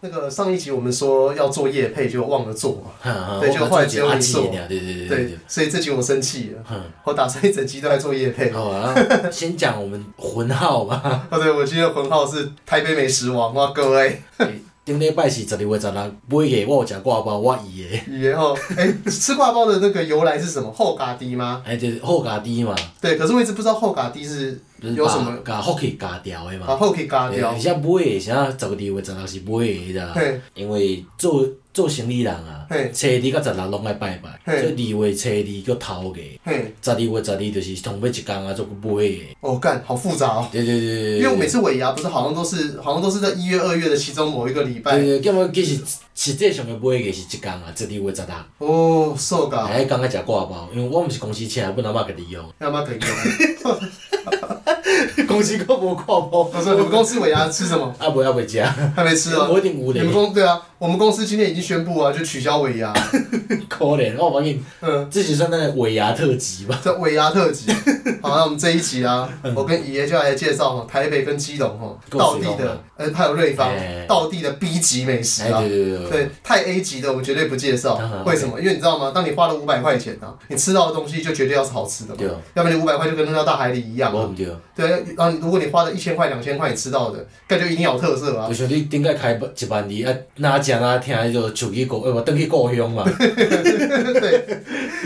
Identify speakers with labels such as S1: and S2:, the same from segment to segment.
S1: 那个上一集我们说要做夜配，就忘了做嘛。
S2: 哼
S1: 对就后来只有你做
S2: 我们自己啊对对对
S1: 对
S2: 对，
S1: 所以这集我生气了，
S2: 哼。
S1: 我打算一整集都在做夜配。
S2: 好啊，然后先讲我们魂号吧。
S1: 哦，对，我今天的魂号是台北美食王哇，各位，
S2: 顶礼拜是十二月十六，买的我有食挂包，我伊的，
S1: 然后哎，吃挂包的那个由来是什么？后嘎滴吗？
S2: 哎就是后家低嘛，
S1: 对，可是我一直不知道后嘎滴是
S2: 就是
S1: 有什么
S2: 把把福气加掉的
S1: 把
S2: 嘛。
S1: 后可以嘎
S2: 对
S1: 掉
S2: 而。且买的啥十二月十六是买的，你知道吗？
S1: 嘿，
S2: 因为做做生意人啊，
S1: 嘿
S2: 初二到十六拢爱拜拜，
S1: 嘿
S2: 所以二月初二叫头家，
S1: 嘿，
S2: 十二月十二就是同尾一天啊，做买的。
S1: 哦，干，好复杂哦。
S2: 对对对对
S1: 因为我每
S2: 对。
S1: 次尾牙不是好像都是好像都是在一月二月的其中某一个礼
S2: 对
S1: 拜
S2: 对，根本其实实际上的买的是一天啊，十二月十六，
S1: 哦，受嘎，
S2: 哎，刚刚食挂包，因为我毋是公司请，本来嘛家己用。
S1: 要不要给用？
S2: 公司佫无挂包，
S1: 我说你们公司尾牙吃什么？
S2: 啊无要袂食，
S1: 还没吃哦。
S2: 我一定有
S1: 你们
S2: 咧，
S1: 公对啊，我们公司今天已经宣布啊，就取消尾牙。
S2: 可怜，我发现
S1: 嗯，
S2: 这是算咱的尾牙特辑吧。
S1: 这尾牙特 辑。好，那我们这一集啊，我跟爷爷就来介绍哦台北跟基隆哦，
S2: 嗯够
S1: 道地
S2: 水龙
S1: 的
S2: 啊，
S1: 呃，还有瑞芳
S2: 哎
S1: 道地的 B 级美食
S2: 哎，
S1: 啊。
S2: 对对嗯对对，
S1: 对，太 A 级的我们绝对不介绍
S2: 当然。了
S1: 为什么？因为你知道吗？当你花了五百块钱啊，你吃到的东西就绝对要是好吃的嘛
S2: 对，
S1: 要不然你五百块就跟扔到大海里一样
S2: 无
S1: 啊。
S2: 毋对，
S1: 对，然后如果你花了一千块、两千块，你吃到的，那就一定要有特色啊
S2: 就。像你顶摆开一万二，啊哪食哪听，迄就手去故，呃，倒去故乡嘛。
S1: 对，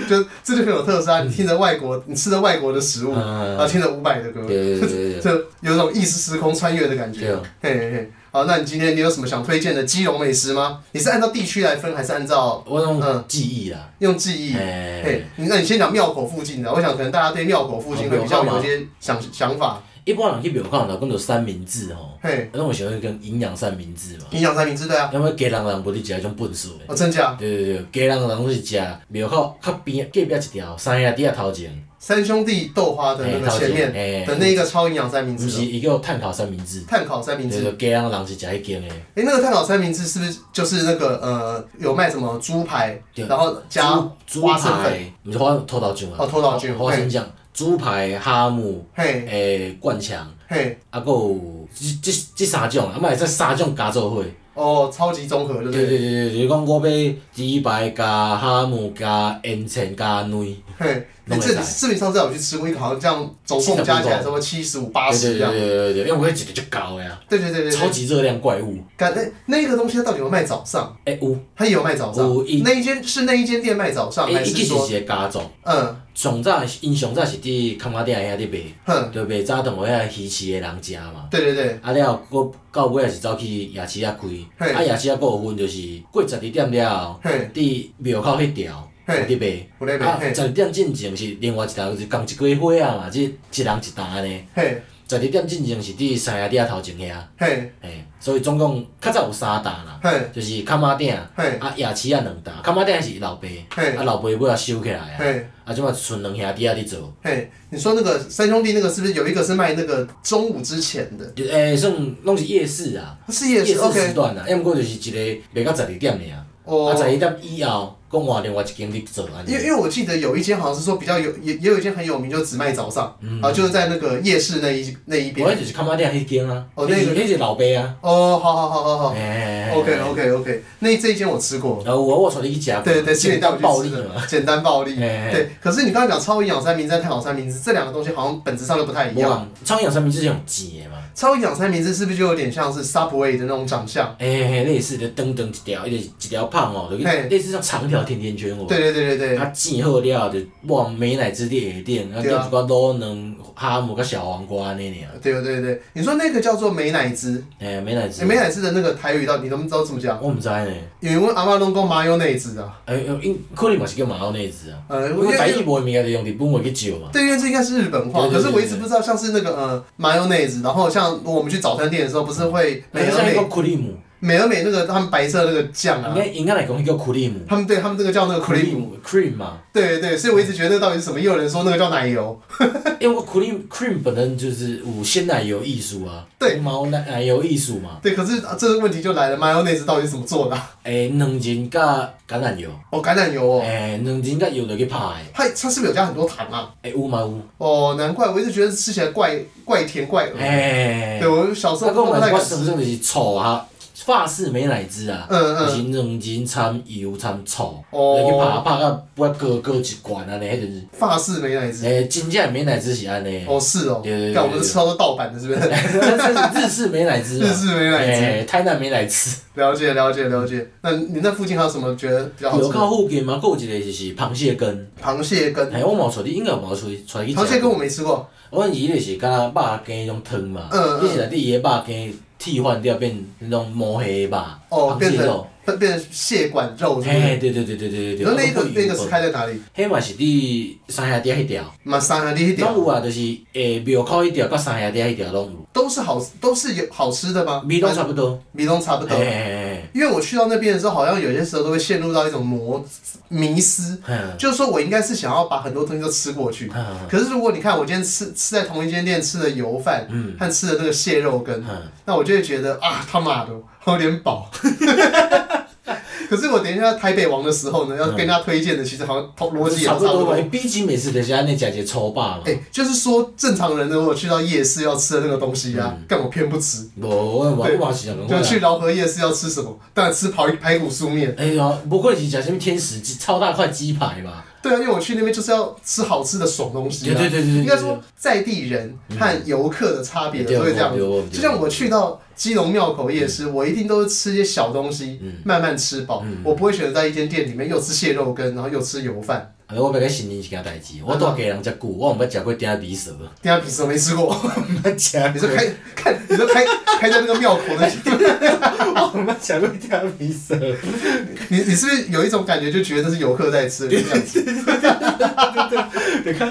S1: 就这就很有特色啊！你听着外国，你吃着外国的食物，然后
S2: 啊，
S1: 听着伍佰的歌
S2: 对，对对 对对，
S1: 就有一种异时时空穿越的感
S2: 对
S1: 觉。嘿嘿嘿，好，那你今天你有什么想推荐的基隆美食吗？你是按照地区来分，还是按照
S2: 我
S1: 嗯
S2: 拢记忆啦，
S1: 用记忆？
S2: 哎
S1: 嘿，，你那你先讲庙口附近的，我想可能大家对庙口附近会比较有一些
S2: 哎
S1: 想想法。
S2: 一般人去庙口，若讲着三明治吼，
S1: 嘿，
S2: 那我喜欢跟营养三明治嘛，
S1: 营养三明治对啊，
S2: 因为家人人无咧食迄种笨素的。
S1: 哦真假？
S2: 对对对，家人人拢是食庙口较边隔壁一条三兄弟仔头前，
S1: 三兄弟豆花的那
S2: 嘿
S1: 个前面
S2: 嘿
S1: 的那个超营养三明
S2: 毋是
S1: 治，哦
S2: 伊叫碳烤三明治，
S1: 碳烤三明
S2: 就
S1: 治。
S2: 是家人人是食迄间的，
S1: 哎，那个碳烤三明治是不是就是那个呃有卖什么猪排，
S2: 对
S1: 然后加
S2: 猪
S1: 花
S2: 猪
S1: 生粉，
S2: 排，毋是花土豆酱啊，
S1: 哦土豆酱
S2: 花生酱，猪排、哈姆、
S1: 嘿
S2: 诶灌肠，
S1: 嘿，
S2: 啊，佮有即即即三种，啊，嘛会使三种加做伙。
S1: 哦，超级综合，对不
S2: 对
S1: 对？
S2: 对对对，就是讲我要猪排加哈姆加烟肠加卵，
S1: 嘿，你
S2: 弄
S1: 这
S2: 得来
S1: 这里上次有去吃过一个，好像这样总共加起来什么七十五、八
S2: 对
S1: 十
S2: 对
S1: 这样
S2: 对。对对对，因为我迄一个就高的啊，
S1: 对对对对，
S2: 超
S1: 对，
S2: 级热量怪物，
S1: 感那那个东西它到底有没有卖早上？
S2: 诶有，
S1: 它也有卖早上
S2: 有一，
S1: 那一间是那一间店卖早上，还
S2: 诶伊
S1: 是
S2: 其实
S1: 说，
S2: 是一个家族。
S1: 嗯
S2: 上早因上早是伫康马店遐伫卖，
S1: 哼，
S2: 就卖早同遐鱼市的人食嘛。
S1: 对对对，
S2: 啊了后，搁到尾也是走去夜市遐
S1: 嘿
S2: 开，啊夜市遐搁有分，就是过十二点了后，
S1: 嘿
S2: 伫庙口迄条有
S1: 嘿
S2: 伫
S1: 有咧
S2: 卖。
S1: 卖
S2: 啊，
S1: 嘿
S2: 十二点进前是另外一条，就是共一cây花啊嘛，即一人一担呢。
S1: 嘿
S2: 十二点进前是伫三亚嗲头前遐，
S1: 嘿
S2: 嘿，所以总共较早有三担啦，
S1: 嘿
S2: 就是康马店，
S1: 嘿
S2: 啊夜市啊两担，康马店是老爸，
S1: 嘿
S2: 啊老爸尾啊收起来啊，
S1: 嘿
S2: 啊即嘛剩两兄弟仔伫做。
S1: 嘿，你说那个三兄弟那个是不是有一个是卖那个中午之前的？
S2: 就诶、算拢是夜市啊，
S1: 是也
S2: 夜
S1: 是
S2: 市时
S1: OK
S2: 段啊，要毋过就是一个卖到十二点尔，啊十
S1: 哦。
S2: 二点以后，讲换另外一间去做安尼
S1: 因。为因为我记得有一间好像是说比较有也也有一间很有名，就只卖早上，啊，就是在那个夜市那一那一
S2: 嗯我
S1: 边。
S2: 迄就是看马店迄间啊，
S1: 哦
S2: 迄是
S1: 那个
S2: 迄是老爸啊。
S1: 哦，好好好好好
S2: 诶
S1: ，OK OK OK，那这一间我吃过，
S2: 然后我我带你去食，
S1: 对对对，之前带我去
S2: 暴力
S1: 吃的
S2: 嘛。哎
S1: 简单暴力。
S2: 嘿
S1: 对，可是你刚刚讲超营养三明治、碳烤三明治这两个东西，好像本质上都不太一
S2: 无
S1: 样。
S2: 啊，创业三明治是用钱的嘛，
S1: 超营养三明治是不是就有点像是 Subway 的那种长相？
S2: 诶、嘿类似就长长一条，伊就一条胖哦，就
S1: 嘿
S2: 类似像长条甜甜圈哦。
S1: 对对对对对，
S2: 啊，煎好了就往美乃滋的下顶，啊，
S1: 对
S2: 加
S1: 啊
S2: 一寡卤卵、哈姆、甲小黄瓜安尼尔。
S1: 对对对，你说那个叫做美乃滋，
S2: 诶、美乃滋
S1: 欸、，美乃滋的那个台语到底你能不能知道怎么讲？
S2: 我毋知呢。
S1: 因为我阿妈拢讲麻油内子啊，
S2: 哎、呃因可能嘛是叫马奥内子啊。
S1: 呃，
S2: 我
S1: 我
S2: 台
S1: 因
S2: 语
S1: 为
S2: 无物件就用日本话去照嘛。
S1: 对，因为这应该是日本话，
S2: 对对
S1: 可
S2: 对
S1: 是我一直不知道像是那个呃麻油内子，然后像我们去早餐店的时候，不是会美
S2: 那
S1: 而
S2: 像迄个
S1: 美
S2: 库里姆，
S1: 美而美那个他们白色那个酱
S2: 应
S1: 啊，
S2: 该应该来讲迄叫库里姆。
S1: 他们对他们这啊个叫那个 cream，
S2: 姆 cream 嘛，
S1: 对对对，所以我一直觉得那个到底是什么，也有人说那个叫奶油，
S2: 因为我 cream cream 本身就是有鲜奶油艺术啊，
S1: 对
S2: 无毛奶奶油艺术嘛，
S1: 对，可是、啊这个问题就来了，麻油内子到底是怎么做的啊、
S2: 诶、两斤哎甲橄榄油，
S1: 哦，橄榄油哦。
S2: 诶、两斤甲油落去拍诶，
S1: 它它是不是有加很多糖啊？
S2: 诶、有嘛有，
S1: 哦，难怪我一直觉得吃起来怪怪甜怪恶。
S2: 诶、
S1: 对我小时
S2: 啊，
S1: 候
S2: 我
S1: 不
S2: 嘛
S1: 太
S2: 是我
S1: 敢
S2: 身
S1: 吃。
S2: 上就是醋啊，法式美乃滋啊，
S1: 嗯嗯
S2: 就是两斤掺油掺醋，
S1: 哦
S2: 去拍拍到我哥哥一罐安尼，迄就是，
S1: 法式美乃滋。
S2: 诶、真正的美乃滋是安尼，
S1: 哦，是哦
S2: 哎对对，对哎啊
S1: 看我们都吃到都盗版的，是不是？
S2: 那是日式美乃滋嘛，
S1: 日式美乃滋
S2: 诶台南美乃滋，
S1: 了解了解了解。那你那附近还有什么觉得比较好
S2: 有
S1: 吃
S2: 靠
S1: 的？
S2: 附近嘛，还有一个就是螃蟹羹，哎
S1: 螃蟹羹，
S2: 嘿，我冇出你，应该冇出去出去
S1: 螃蟹
S2: 吃
S1: 羹我没吃过。
S2: 我以前就是敢若肉羹迄种汤嘛，
S1: 嗯嗯
S2: 你是内底伊的肉羹替换掉变迄种毛蟹的肉，
S1: 哦，
S2: 螃
S1: 变
S2: 蟹
S1: 成
S2: 肉。
S1: 变变成蟹管肉，是不
S2: 嘿嘿，
S1: 是？
S2: 对对对对对对
S1: 那
S2: 对。
S1: 那个
S2: 我有
S1: 那个是
S2: 过
S1: 开在哪里？
S2: 迄嘛是伫三兄弟迄条，
S1: 马三啊，你一点
S2: 拢有啊，就是诶庙口迄条甲三兄弟迄条拢
S1: 都是好，都是有好吃的吗？
S2: 有，味道差不多。
S1: 米东啊差不
S2: 嘿
S1: 多
S2: 嘿。嘿
S1: 因为我去到那边的时候，好像有些时候都会陷入到一种魔迷思，
S2: 嘿，嗯
S1: 就是说我应该是想要把很多东西都吃过去。
S2: 嗯
S1: 可是如果你看我今天吃吃在同一间店吃的油饭
S2: 嗯
S1: 和吃的那个蟹肉羹，
S2: 嗯，
S1: 那我就会觉得啊他妈的我有点饱。 可是我等一下台北王的时候呢，要跟大家推荐的，其实好像同逻辑也
S2: 差
S1: 差
S2: 不
S1: 不
S2: 多
S1: 多。
S2: 吧。毕竟每次就是安尼食一个粗肉嘛
S1: 哎、。就是说正常人如果去到夜市要吃的那个东西啊，干、我偏不吃。
S2: 无我我
S1: 对
S2: 我嘛是想
S1: 就
S2: 讲
S1: 去
S2: 啦。
S1: 饶河夜市要吃什么？当然吃排排骨酥面。
S2: 哎呀，不过是食什么天使鸡超大块鸡排嘛。
S1: 对啊，因为我去那边就是要吃好吃的爽东西、啊。
S2: 对对对对对
S1: 应该说在地人和游客的差别
S2: 对
S1: 都会这样
S2: 对对
S1: 子
S2: 对。对
S1: 就哦像我嗯去到基隆庙口夜市，我一定都是吃一些小东西，慢慢吃饱。我不会选择在一间店里面又吃蟹肉羹，然后又吃油饭。
S2: 啊，我要甲承认一件代志，我住家人遮久，我毋捌食过鼎鼻 蛇，毋
S1: 第二平时没吃过，
S2: 捌食
S1: 你说开看，你说开开在那个庙口的，
S2: 我毋捌食过鼎鼻蛇。
S1: 你你是不是有一种感觉，就觉得是游客在吃，就这样子。
S2: 你看，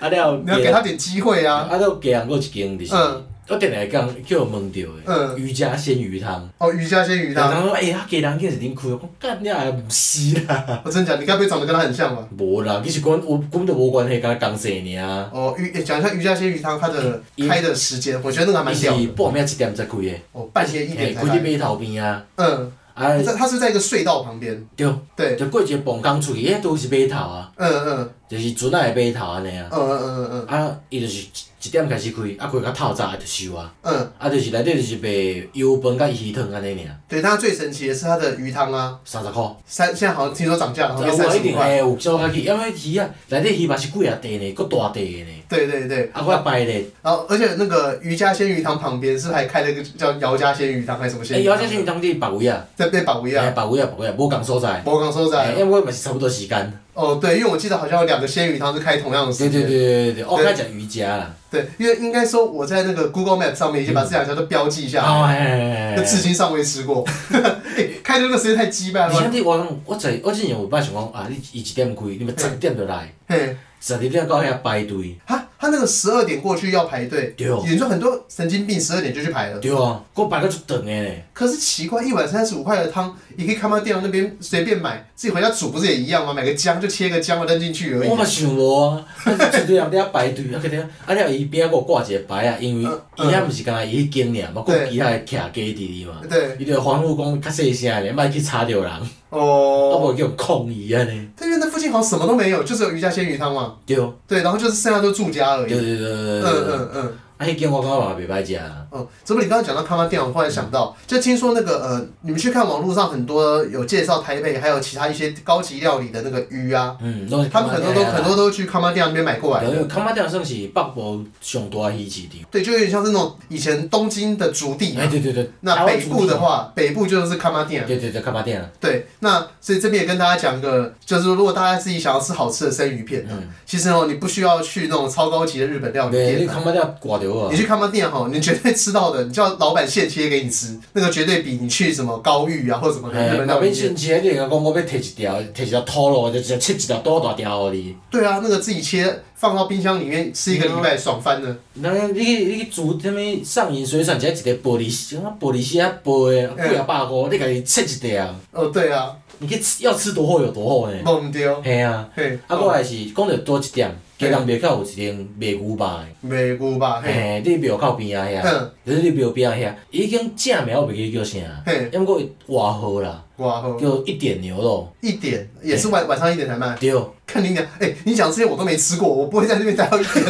S2: 啊了，
S1: 你要给他点机会啊。
S2: 啊，都加人有一间就是，
S1: 嗯
S2: 我定来讲叫我问到的，
S1: 嗯
S2: 瑜伽鲜鱼汤。
S1: 哦，鱼虾鲜鱼
S2: 人
S1: 汤，
S2: 讲哎，欸啊鸡人计是恁开，我讲干你也毋是啦。
S1: 我哦真讲，你该不会长得跟他很像吧？
S2: 无啦，其实阮我阮都无关系，敢讲西尔。啊
S1: 哦，鱼讲一下鱼虾鲜鱼汤它的
S2: 嗯
S1: 开的时间，我觉得那个还蛮
S2: 伊是
S1: 屌的。
S2: 半暝一点才开的，
S1: 哦，半夜一
S2: 嘿
S1: 点才
S2: 开伫
S1: 开。
S2: 码头边啊，
S1: 嗯，
S2: 啊，
S1: 它它是在一个隧道旁边。
S2: 对，
S1: 对，
S2: 就过一个泵工出去，迄都是码头啊，
S1: 嗯嗯
S2: 就是船仔的码头安尼啊
S1: 嗯。嗯嗯
S2: 啊，伊就是一一点开始开，啊开到透早啊就收啊，
S1: 嗯嗯，
S2: 啊就是内底就是卖油饭甲鱼汤安尼尔，
S1: 对，它最神奇的是它的鱼汤啊，
S2: 三十箍。
S1: 三现在好像听说涨价了，好
S2: 有
S1: 像三
S2: 啊，一
S1: 十
S2: 定
S1: 五块。
S2: 会有少较去，因为鱼啊，内底鱼嘛是几啊块呢，搁大块的呢。
S1: 对对对，
S2: 啊，我摆咧，
S1: 然后而且那个鱼家鲜鱼汤旁边是不是还开了一个叫姚家鲜鱼汤还是什么
S2: 哎，
S1: 鲜鱼
S2: 姚
S1: 汤？
S2: 家兴当地别位啊，
S1: 在被保卫
S2: 哎，
S1: 啊，
S2: 别位啊，别位啊，无共所在。
S1: 我刚说
S2: 哎，
S1: 在
S2: 因为我嘛是差不多时间。
S1: 哦，对，因为我记得好像有两个鲜鱼汤是开同样的时
S2: 对
S1: 间。
S2: 对对对对哦对，我
S1: 对
S2: 较食瑜伽啦。
S1: 对，因为应该说我在那个 Google Map 上面已经把这两家都标记下来，
S2: 哦，哎哎
S1: 那 至
S2: 哎。
S1: 今尚未吃过。 欸开的那个时间太鸡掰
S2: 而且
S1: 了。
S2: 你我讲，我昨我之前有摆想讲啊，你伊一点开，你咪十点就来，
S1: 嘿，
S2: 十二点到遐排队。
S1: 他他那个十二点过去要排队，
S2: 对哦
S1: 也就很多神经病十二点就去排了。
S2: 对啊，我排到足长诶咧。
S1: 可是奇怪，一碗三十五块的汤，你可以看到店长那边随便买，自己回家煮不是也一样吗？买个姜就切个姜扔进去而已
S2: 我。嘛想无啊，啊，一堆人伫遐排队，啊，佮听，啊，了伊边仔佫挂一个牌啊，因为
S1: 嗯
S2: 伊遐毋是干那伊迄间尔嘛，佫有
S1: 对
S2: 其他的徛家伫哩嘛，
S1: 对，
S2: 伊就欢呼讲较细声咧，莫去吵着人，啊，
S1: 哦，
S2: 无叫人抗议安尼。
S1: 但因为那附近好像什么都没有，就只有鱼家鲜鱼汤嘛。
S2: 啊对，对
S1: 对，然后就是剩下都住家而已。
S2: 对对对对
S1: 嗯
S2: 对。
S1: 嗯嗯。
S2: 啊，迄间我感觉嘛袂歹食啊。
S1: 哦，怎么你刚刚讲到康巴店，我忽然想到，就听说那个呃，你们去看网络上很多有介绍台北还有其他一些高级料理的那个鱼啊，
S2: 嗯，拢是
S1: 他们很多都很多都去康巴店那边买过来
S2: 对。因
S1: 的。
S2: 为康巴店算是北部上大的鱼市场。
S1: 对，就有点像是那种以前东京的竹地
S2: 哎，
S1: 嘛。
S2: 对对对。
S1: 啊那
S2: 台湾
S1: 北
S2: 主
S1: 部的
S2: 体。
S1: 话，北部就是康巴店。
S2: 对对对，康巴店啊。
S1: 对，那所以这边也跟大家讲个，就是如果大家自己想要吃好吃的生鱼片，
S2: 嗯
S1: 其实哦，你不需要去那种超高级的日本料理
S2: 对，你
S1: 店。啊
S2: 康巴店挂着啊
S1: 你。去看巴店哦哈，你绝对吃到的，你叫老板现切给你吃，那个绝对比你去什么高玉啊或者什么的日
S2: 哎，
S1: 本料
S2: 那
S1: 理
S2: 边
S1: 店
S2: 亲戚迄个讲，我要摕一条，摕一条土路，就直接切一条多大条互你。
S1: 对啊，那个自己切放到冰箱里面吃一个礼
S2: 嗯
S1: 拜，爽翻了。
S2: 那你去你去煮什物上瘾水产，只一个玻璃什么玻璃丝啊杯啊，几啊百箍，你家己切一条，
S1: 哦，对啊，
S2: 你去吃要吃多厚有多厚呢？
S1: 弄丢。
S2: 嘿啊，
S1: 嘿，
S2: 啊，我也是讲着多一点，
S1: 哦嘿
S2: 鸡蛋庙口有一间卖牛肉的，
S1: 美菇吧，嘿，
S2: 嘿，你庙口边啊遐，
S1: 嗯，
S2: 就是你庙边啊遐，伊已经正名我袂记叫啊啥，
S1: 嘿，
S2: 要毋过伊外号啦，
S1: 哇哦，
S2: 叫一点牛肉，
S1: 一点也是晚晚上一点才卖。
S2: 对， 啊
S1: 看你讲，哎，你讲这些我都没吃过，我不会在那边待到一点。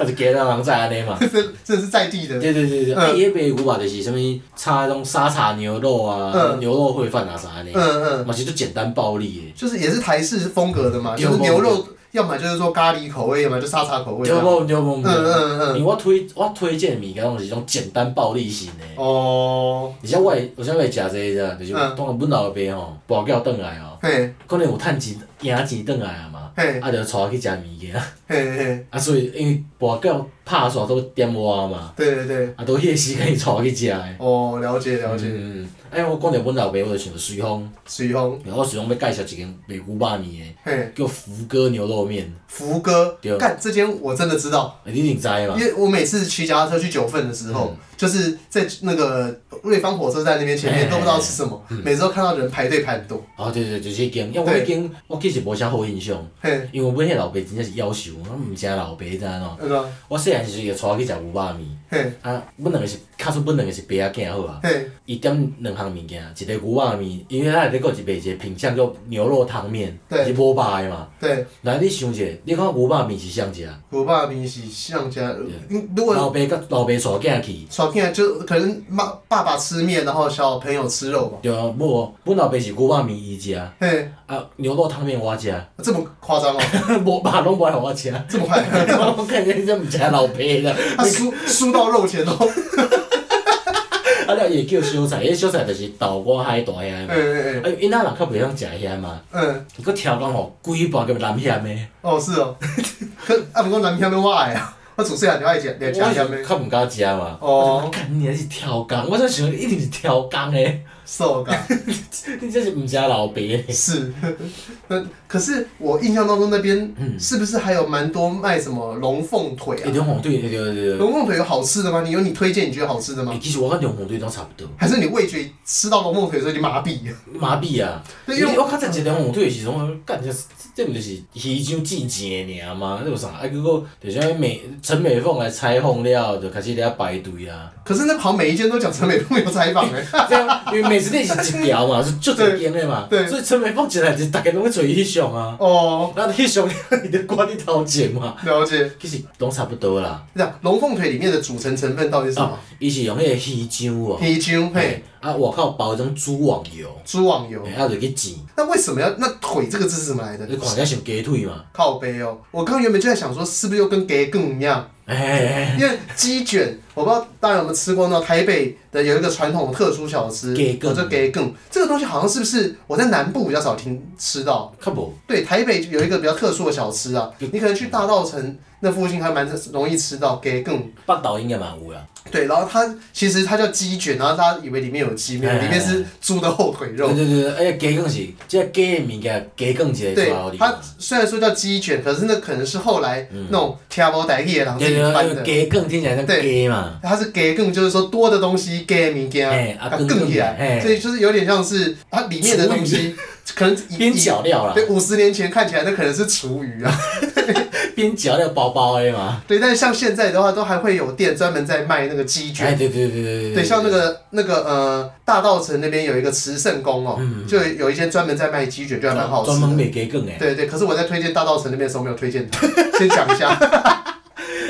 S2: 也是加拿人才安尼 嘛。
S1: 这这是在地的，
S2: 对对对对，啊
S1: 嗯
S2: 伊迄卖牛肉就是啥物炒迄种沙茶牛肉啊、
S1: 嗯
S2: 牛肉烩饭啊啥安尼，
S1: 嗯嗯，
S2: 嘛是就简单暴力
S1: 就是也是台式风格的嘛，
S2: 对
S1: 就是牛肉，要么就是说咖喱口味，要么就沙茶口
S2: 的。
S1: 味
S2: 对
S1: 这样。
S2: 无对无
S1: 嗯
S2: 毋对，
S1: 嗯嗯，
S2: 因为我推我推荐的物件拢是种简单暴力型的。
S1: 哦，
S2: 而且我会，而且我会食这个，就是
S1: 嗯
S2: 当阮老爸吼，跋筊转来吼，
S1: 嘿
S2: 可能有趁钱、赢钱转来啊嘛，
S1: 嘿
S2: 啊，就带我去食物件，
S1: 嘿嘿，
S2: 啊，所以因为跋筊拍煞都点外嘛，
S1: 对对对，
S2: 啊，都迄个时间伊带我去食的。
S1: 哦，了解了解，
S2: 嗯，嗯哎，我讲着阮老爸，我就想到水风，
S1: 水红，
S2: 我水风要介绍一间卖牛肉面
S1: 嘿，
S2: 的，叫福哥牛肉面，
S1: 福哥
S2: 对，
S1: 干这间我真的知道，
S2: 你一定知
S1: 因
S2: 嘛？
S1: 为我每次骑脚踏车去九份的时候，就是在那个瑞芳火车站那边前面
S2: 哎
S1: 都不知道吃什么，每次都看到人排队排很多，
S2: 哦，对对，就是迄间，因为我
S1: 对
S2: 迄间我其实无啥好印象，
S1: 嘿，
S2: 因为阮迄老爸真正是夭寿，我毋惊老爸知安怎？
S1: 那个，
S2: 我细汉时就带我去食牛肉面。
S1: 嘿
S2: 啊，阮两个是，较出阮两个是爸仔囝好啊。
S1: 嘿，
S2: 伊点两项物件，一个牛肉面，因为咱内底佫有一卖一个品相叫牛肉汤面，
S1: 对
S2: 是无肉的嘛。
S1: 对，
S2: 来，你想者，你看牛肉面是啥食？
S1: 我爸明是像家，嗯如果
S2: 老爸甲老爸带囝去，
S1: 小片就可能妈爸爸吃面，然后小朋友吃肉吧。
S2: 对啊，无，阮老爸是牛肉面伊食，啊
S1: 嘿，
S2: 牛肉汤面我食，
S1: 这么夸张哦，
S2: 无肉拢无爱互我食。
S1: 这么快，
S2: 我感觉你这毋食老爸啦，
S1: 他输输到肉钱哦。
S2: 啊了伊会叫小菜，迄小菜就是豆干海带遐的嘛。
S1: 嗯嗯
S2: 啊，因咱人较袂晓食遐嘛，
S1: 嗯，
S2: 伊佫超工吼，规盘叫南遐的。
S1: 哦是哦。 可啊，不过南偏面我爱啊，我总是也爱食，爱
S2: 我
S1: 食南
S2: 是
S1: 偏
S2: 较毋敢食啊嘛。
S1: 哦
S2: 我就讲干你还是超工，我就想你一定是超工诶，
S1: 瘦噶
S2: 你这是毋食老爸的。
S1: 是。 那可是我印象当中那边
S2: 嗯
S1: 是不是还有蛮多卖什么龙凤腿
S2: 欸
S1: 啊？
S2: 龙凤对对对对对。
S1: 龙凤腿有好吃的吗？你有你推荐你觉得好吃的
S2: 欸
S1: 吗？
S2: 其实我甲龙凤对都差不多，
S1: 还是你味觉吃到龙凤腿的时候就麻痹了？
S2: 麻痹啊！
S1: 对
S2: 因
S1: 因为
S2: 为我较早食龙凤对是种，干这这毋就是鱼糍煎煎尔嘛，这有啥？啊，结果就是那美陈美凤来采访了，就开始咧排队 啊。
S1: 可是那好像每一间都讲陈美凤有采访哎。
S2: 这样，因为美食店是一条嘛，是足侪间诶嘛，
S1: 对对
S2: 所以陈美凤一来就逐个拢要找伊翕相啊。
S1: 哦，
S2: 那翕相，伊就挂你头前嘛。
S1: 了解。
S2: 其实拢差不多啦。
S1: 那龙凤腿里面的组成成分到底是什么？
S2: 啊，伊是用迄个鱼浆哦，
S1: 啤酒嘿，，哦
S2: 啊外口包迄种猪网油，
S1: 猪网油
S2: 嘿。啊就去煎，
S1: 那为什么要那腿这个字是什么来的
S2: 你？看起来像鸡腿嘛，
S1: 靠背哦，我刚原本就在想说，是不是又跟给更一样？
S2: 嘿嘿嘿
S1: 因为鸡卷，我不知道大家有没有吃过那台北的有一个传统特殊小吃，
S2: 鸡卷
S1: 我叫给更。这个东西好像是不是我在南部比较少听吃到？
S2: 较无，
S1: 对，台北有一个比较特殊的小吃啊，你可能去大稻城那附近还蛮容易吃到给更。
S2: 北岛应该嘛有啦，
S1: 对，然后它其实它叫鸡卷，然后大家以为里面有鸡，
S2: 哎
S1: 没有，里面是猪的后腿肉
S2: 对。对对，而且鸡更是，即个鸡的物件，鸡更一个
S1: 对
S2: 抓，
S1: 它虽然说叫鸡卷，可是那可能是后来那种天猫代理的人自
S2: 嗯对
S1: 己
S2: 对
S1: 翻
S2: 对，因为
S1: 的。
S2: 鸡更听起来像鸡嘛，
S1: 它是给更，就是说多的东西给米给
S2: 嘿啊
S1: 它
S2: 更
S1: 更起
S2: 更
S1: 来，
S2: 嘿
S1: 所以就是有点像是它里面的东西，可能以
S2: 边角料啦
S1: 以，对五十年前看起来那可能是厨余 啊，
S2: 边角料包包的嘛，
S1: 对，但是像现在的话，都还会有店专门在卖那个鸡卷
S2: 哎，对对对对
S1: 对，像那个那个呃，大稻城那边有一个慈圣宫哦，就有一间专门在卖鸡卷，就还蛮好吃
S2: 嗯哦专门
S1: 的。
S2: 卖鸡更诶，
S1: 对对，可是我在推荐大稻城那边的时候没有推荐 它，先讲一下。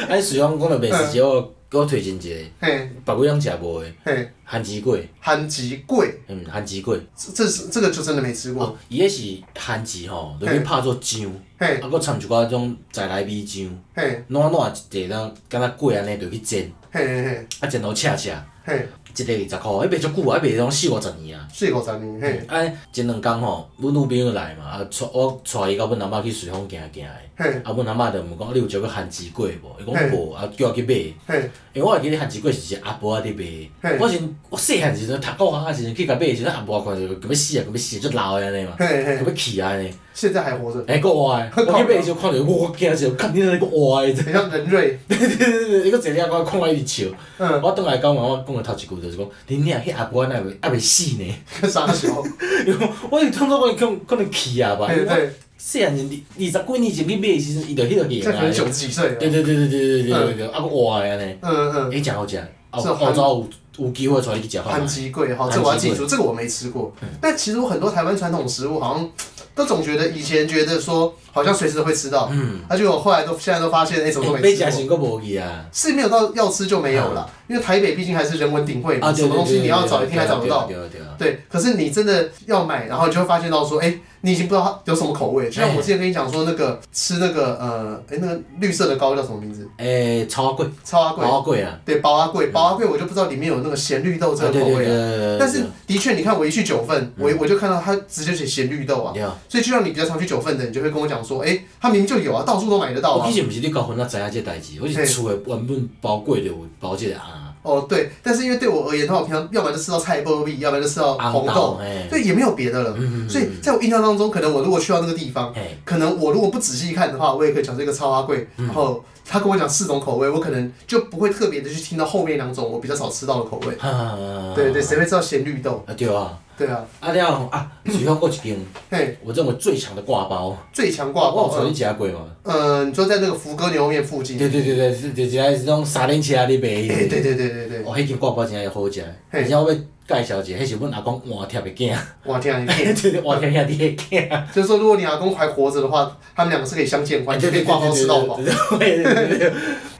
S2: 啊，你使用讲着美食
S1: 嗯
S2: 节，我给我推荐一个，
S1: 嘿，
S2: 别个人食无的，
S1: 嘿，
S2: 番薯粿，
S1: 韩吉贵，
S2: 嗯，番薯粿。
S1: 这这是这个就真的没吃过。
S2: 哦，伊迄是番薯吼，落去拍做酱，
S1: 嘿，
S2: 啊，佫掺一寡种在来米酱，
S1: 嘿，
S2: 软软啊一个咱敢若粿安尼落去煎，
S1: 嘿嘿嘿，
S2: 啊煎到赤赤，
S1: 嘿，
S2: 一个二十箍，迄卖足久啊，迄卖种四五十年啊。
S1: 四五十年，嘿，
S2: 啊，前两工吼，阮女朋友来嘛，啊，带我带伊甲阮阿嬷去随风行行的，
S1: 嘿，
S2: 啊，阮阿嬷就问讲，你有食过番薯粿无？伊
S1: 嘿
S2: 讲无，啊，叫我去买。
S1: 嘿，
S2: 因为我会记咧番薯粿是一个阿婆仔伫卖
S1: 嘿
S2: 的，我时我细汉时阵读高中啊时阵去甲买的时阵，阿婆看着就要死啊，要死，足老的安尼嘛，
S1: 嘿嘿，
S2: 要气啊安尼。
S1: 现在还活着，
S2: 哎，个活诶！我去买的时候看到，我惊死，肯定那个活诶！
S1: 很像人瑞。
S2: 对对对对，伊个坐了我看我一直笑。
S1: 嗯，
S2: 我倒来讲嘛，我讲的头一句就是讲，恁娘迄阿婆那袂还袂死呢？
S1: 傻小，
S2: 因为我是当作我可能可能去啊吧。因
S1: 对
S2: 为我
S1: 对，
S2: 细汉时二二十几年前去买的时阵，伊就迄落
S1: 这可能
S2: 去
S1: 九
S2: 啊。
S1: 十几岁
S2: 对
S1: 了。
S2: 对对对对对对对对，啊个活诶安尼，
S1: 嗯嗯，
S2: 哎，诚好食。澳
S1: 是
S2: 澳
S1: 番
S2: 洲有有机会带你去食看
S1: 盘
S2: 卖。
S1: 鸡贵哈，
S2: 盘
S1: 这我要
S2: 鸡
S1: 记
S2: 贵嗯
S1: 住，这个我没吃过。但其实我很多台湾传统食物好像都总觉得以前觉得说好像随时会吃到，
S2: 嗯，
S1: 而且我后来都现在都发现，哎，怎么都没
S2: 被
S1: 吃
S2: 食
S1: 过。
S2: 成个无去啊！
S1: 是没有到要吃就没有了，因为台北毕竟还是人文鼎汇嘛，
S2: 啊，
S1: 什
S2: 对
S1: 么
S2: 对
S1: 东
S2: 对
S1: 西
S2: 对，
S1: 你要找一天还找不到。
S2: 对啊对啊对啊。
S1: 对，可是你真的要买，然后你就会发现到说，哎、你已经不知道它有什么口味。就像我之前跟你讲说，那个吃那个呃，哎、那个绿色的糕叫什么名字？
S2: 诶，超贵，
S1: 超阿贵，
S2: 超贵啊！
S1: 对，包阿贵，包阿贵，我就不知道里面有那个咸绿豆这
S2: 啊
S1: 个
S2: 对
S1: 口
S2: 对对
S1: 味啊。
S2: 对。
S1: 但是的确，你看我一去九份，我我就看到它直接写咸绿豆啊，
S2: 对啊，
S1: 所以就像你比较常去九份的，你就会跟我讲说，哎、它明明就有啊，到处都买得到
S2: 我
S1: 啊
S2: 以。前毋是你结婚才知影这代志，我
S1: 嘿
S2: 是厝诶原本包粿就有包这个啊，
S1: 哦，对，但是因为对我而言的话，我平常要么就吃到菜包米，要么就吃到红豆，
S2: 诶。
S1: 对，也没有别的了。
S2: 啊嗯
S1: 所以在我印象当中，可能我如果去到那个地方，
S2: 嘿，
S1: 可能我如果不仔细看的话，我也可以讲这个超阿贵。
S2: 嗯
S1: 然后他跟我讲四种口味，我可能就不会特别的去听到后面两种我比较少吃到的口味。
S2: 哈，
S1: 对对，谁会知道咸绿豆？
S2: 啊对啊，
S1: 对啊，
S2: 啊了后啊，除了过一间，
S1: 嘿，
S2: 我认为最强的挂包，
S1: 最强挂
S2: 我有带
S1: 包。
S2: 你食过嘛？
S1: 呃，你说在那个福哥牛肉面附
S2: 对
S1: 近？
S2: 对对对，是就是那种三轮车咧卖
S1: 哎、对
S2: 迄
S1: 对对对对，
S2: 哦，迄间挂包真正好食，
S1: 嘿
S2: 而且我要介绍一下，迄是阮阿公换贴的囝，
S1: 哇天啊，你骗！
S2: 对对，换贴兄弟的囝，
S1: 就是说，如果你阿公还活着的话，他们两个是可以相见欢，就可以挂包吃到饱。
S2: 哎对对对对对。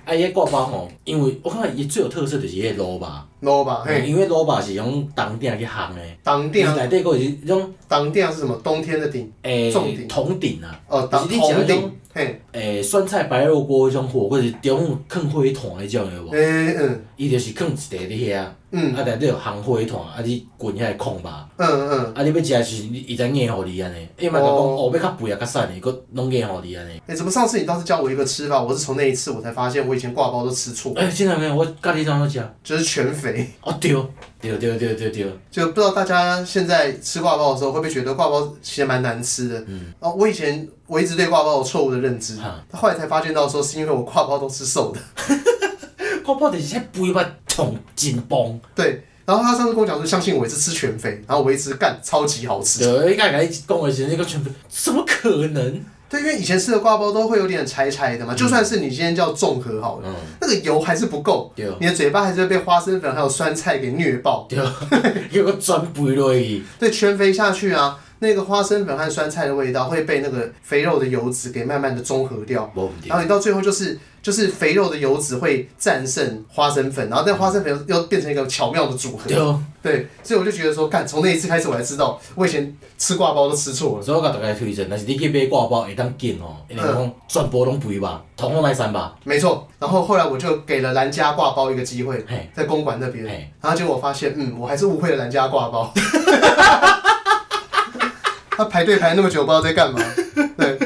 S2: 啊，伊挂包吼，因为我感觉伊最有特色就是迄个卤肉，
S1: no 吧？嘿，
S2: 啊因为卤肉是用当鼎去烘的，
S1: 当
S2: 伊
S1: 店啊，
S2: 内底佫是迄种
S1: 当店啊是什么？冬天的顶，
S2: 诶
S1: 重鼎
S2: 铜鼎啊，
S1: 哦，当
S2: 就是你讲
S1: 铜
S2: 的那种
S1: 顶，嘿，
S2: 诶酸菜白肉锅迄种火，或是中午放火炭迄种的无
S1: 哎、？嗯
S2: 伊就是放一块伫遐，啊
S1: 嗯
S2: 内底有烘火炭，啊你滚遐空肉。
S1: 嗯嗯，
S2: 啊，你要食的是伊才硬互你安尼，伊嘛就讲
S1: 哦
S2: 哦，要较肥啊，较瘦的，佫拢硬互你安尼。
S1: 哎、怎么上次你倒是教我一个吃法？我是从那一次我才发现，我以前挂包都吃错，
S2: 哎，真的没有，我家己怎么食？
S1: 就是全肥。
S2: 哦，对，对对对对对，
S1: 就不知道大家现在吃挂包的时候，会不会觉得挂包其实蛮难吃的？嗯，哦，我以前我一直对挂包有错误的认知，
S2: 哈
S1: 后来才发现到说是因为我挂包都吃瘦的。
S2: 我包就是迄肥肉痛真崩，
S1: 对，然后他上次跟我讲说，相信我也是吃全肥，然后我一直干超级好吃。
S2: 对，伊甲甲你讲的时阵，你个全部怎么可能？
S1: 对，因为以前吃的挂包都会有点柴柴的嘛，就算是你今天叫综合好了，
S2: 嗯
S1: 那个油还是不够，
S2: 对
S1: 你的嘴巴还是会被花生粉还有酸菜给虐爆。
S2: 对， 又个全肥落去，
S1: 对，全肥下去啊，那个花生粉和酸菜的味道会被那个肥肉的油脂给慢慢的中和掉，
S2: 无毋对
S1: 然，后你到最后就是就是肥肉的油脂会战胜花生粉，然后但花生粉又又变成一个巧妙的组合。
S2: 对。哦
S1: 对，所以我就觉得说，干从那一次开始，我才知道我以前吃挂包都吃错了。
S2: 所以我甲大家推荐，若是你去买挂包会当拣哦，因为
S1: 嗯
S2: 讲全部拢肥肉，通通来三吧，
S1: 没错，然后后来我就给了兰家挂包一个机会
S2: 嘿，
S1: 在公馆那边
S2: 嘿，
S1: 然后结果我发现，嗯，我还是误会了兰家挂包。他排队排那么久，不知道在干嘛。对，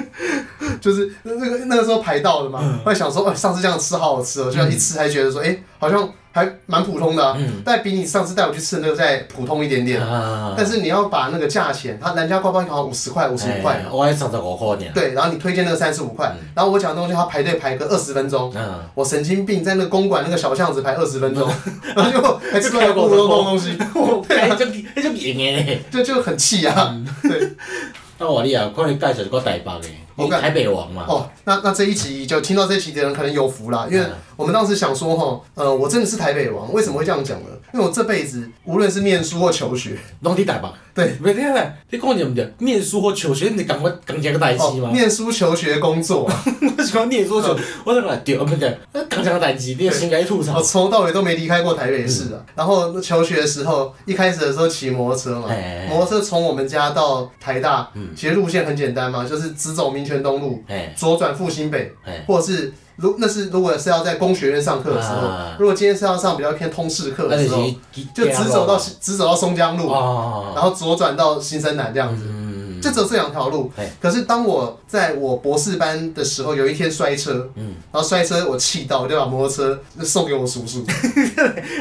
S1: 就是那个那个时候排到了嘛，后来想说，哦，上次这样吃好好吃哦，就一吃还觉得说，哎、好像还蛮普通的、啊，但比你上次带我去吃的那个再普通一点点。
S2: 啊，
S1: 但是你要把那个价钱，他兰家挂包好像五十块、五十五块
S2: 哎，我还三十五块尔，
S1: 啊对，然后你推荐那个三十五块，然后我讲的东西，他排队排个二十分钟。
S2: 嗯，
S1: 我神经病，在那个公馆那个小巷子排二十分钟， 然后就还吃到一个咕咚咚东西，
S2: 哎，迄种迄种硬的咧。
S1: 就就很气啊！对，
S2: 那我你啊，看你介绍一个台北的，
S1: 我
S2: 你
S1: 看
S2: 台北王嘛，
S1: 哦，那那这一集就听到这一集的人可能有福啦，因为我们当时想说哈，呃，我真的是台北王，为什么会这样讲呢？因为我这辈子无论是念书或求学，
S2: 拢伫台北。
S1: 对，
S2: 袂听来，你讲对毋对？念书或求学，你是讲我讲一个代志
S1: 哦，嗯
S2: 吗？
S1: 念书、求学、工作啊，
S2: 我是讲念书求，我讲来对，不对，讲一个代志，你先该吐
S1: 我
S2: 槽。
S1: 哦从头到尾都没离开过台北市啊。然后求学的时候，一开始的时候骑摩托车嘛
S2: 哎，
S1: 摩托车从我们家到台大，其实路线很简单嘛，就是直走民权东路，
S2: 哎
S1: 左转复兴北，
S2: 哎，
S1: 或者是如那是如果是要在工学院上课的时候，
S2: 啊
S1: 如果今天是要上比较偏通识课
S2: 那
S1: 的
S2: 就
S1: 时候，
S2: 是
S1: 就直走到直走到松江路，
S2: 哦，
S1: 然后左转到新生南这样子，
S2: 嗯，
S1: 就只有这两条路
S2: 嘿。
S1: 可是当我在我博士班的时候，有一天摔车，
S2: 嗯
S1: 然后摔车我气到，我就把摩托车送给我叔 叔。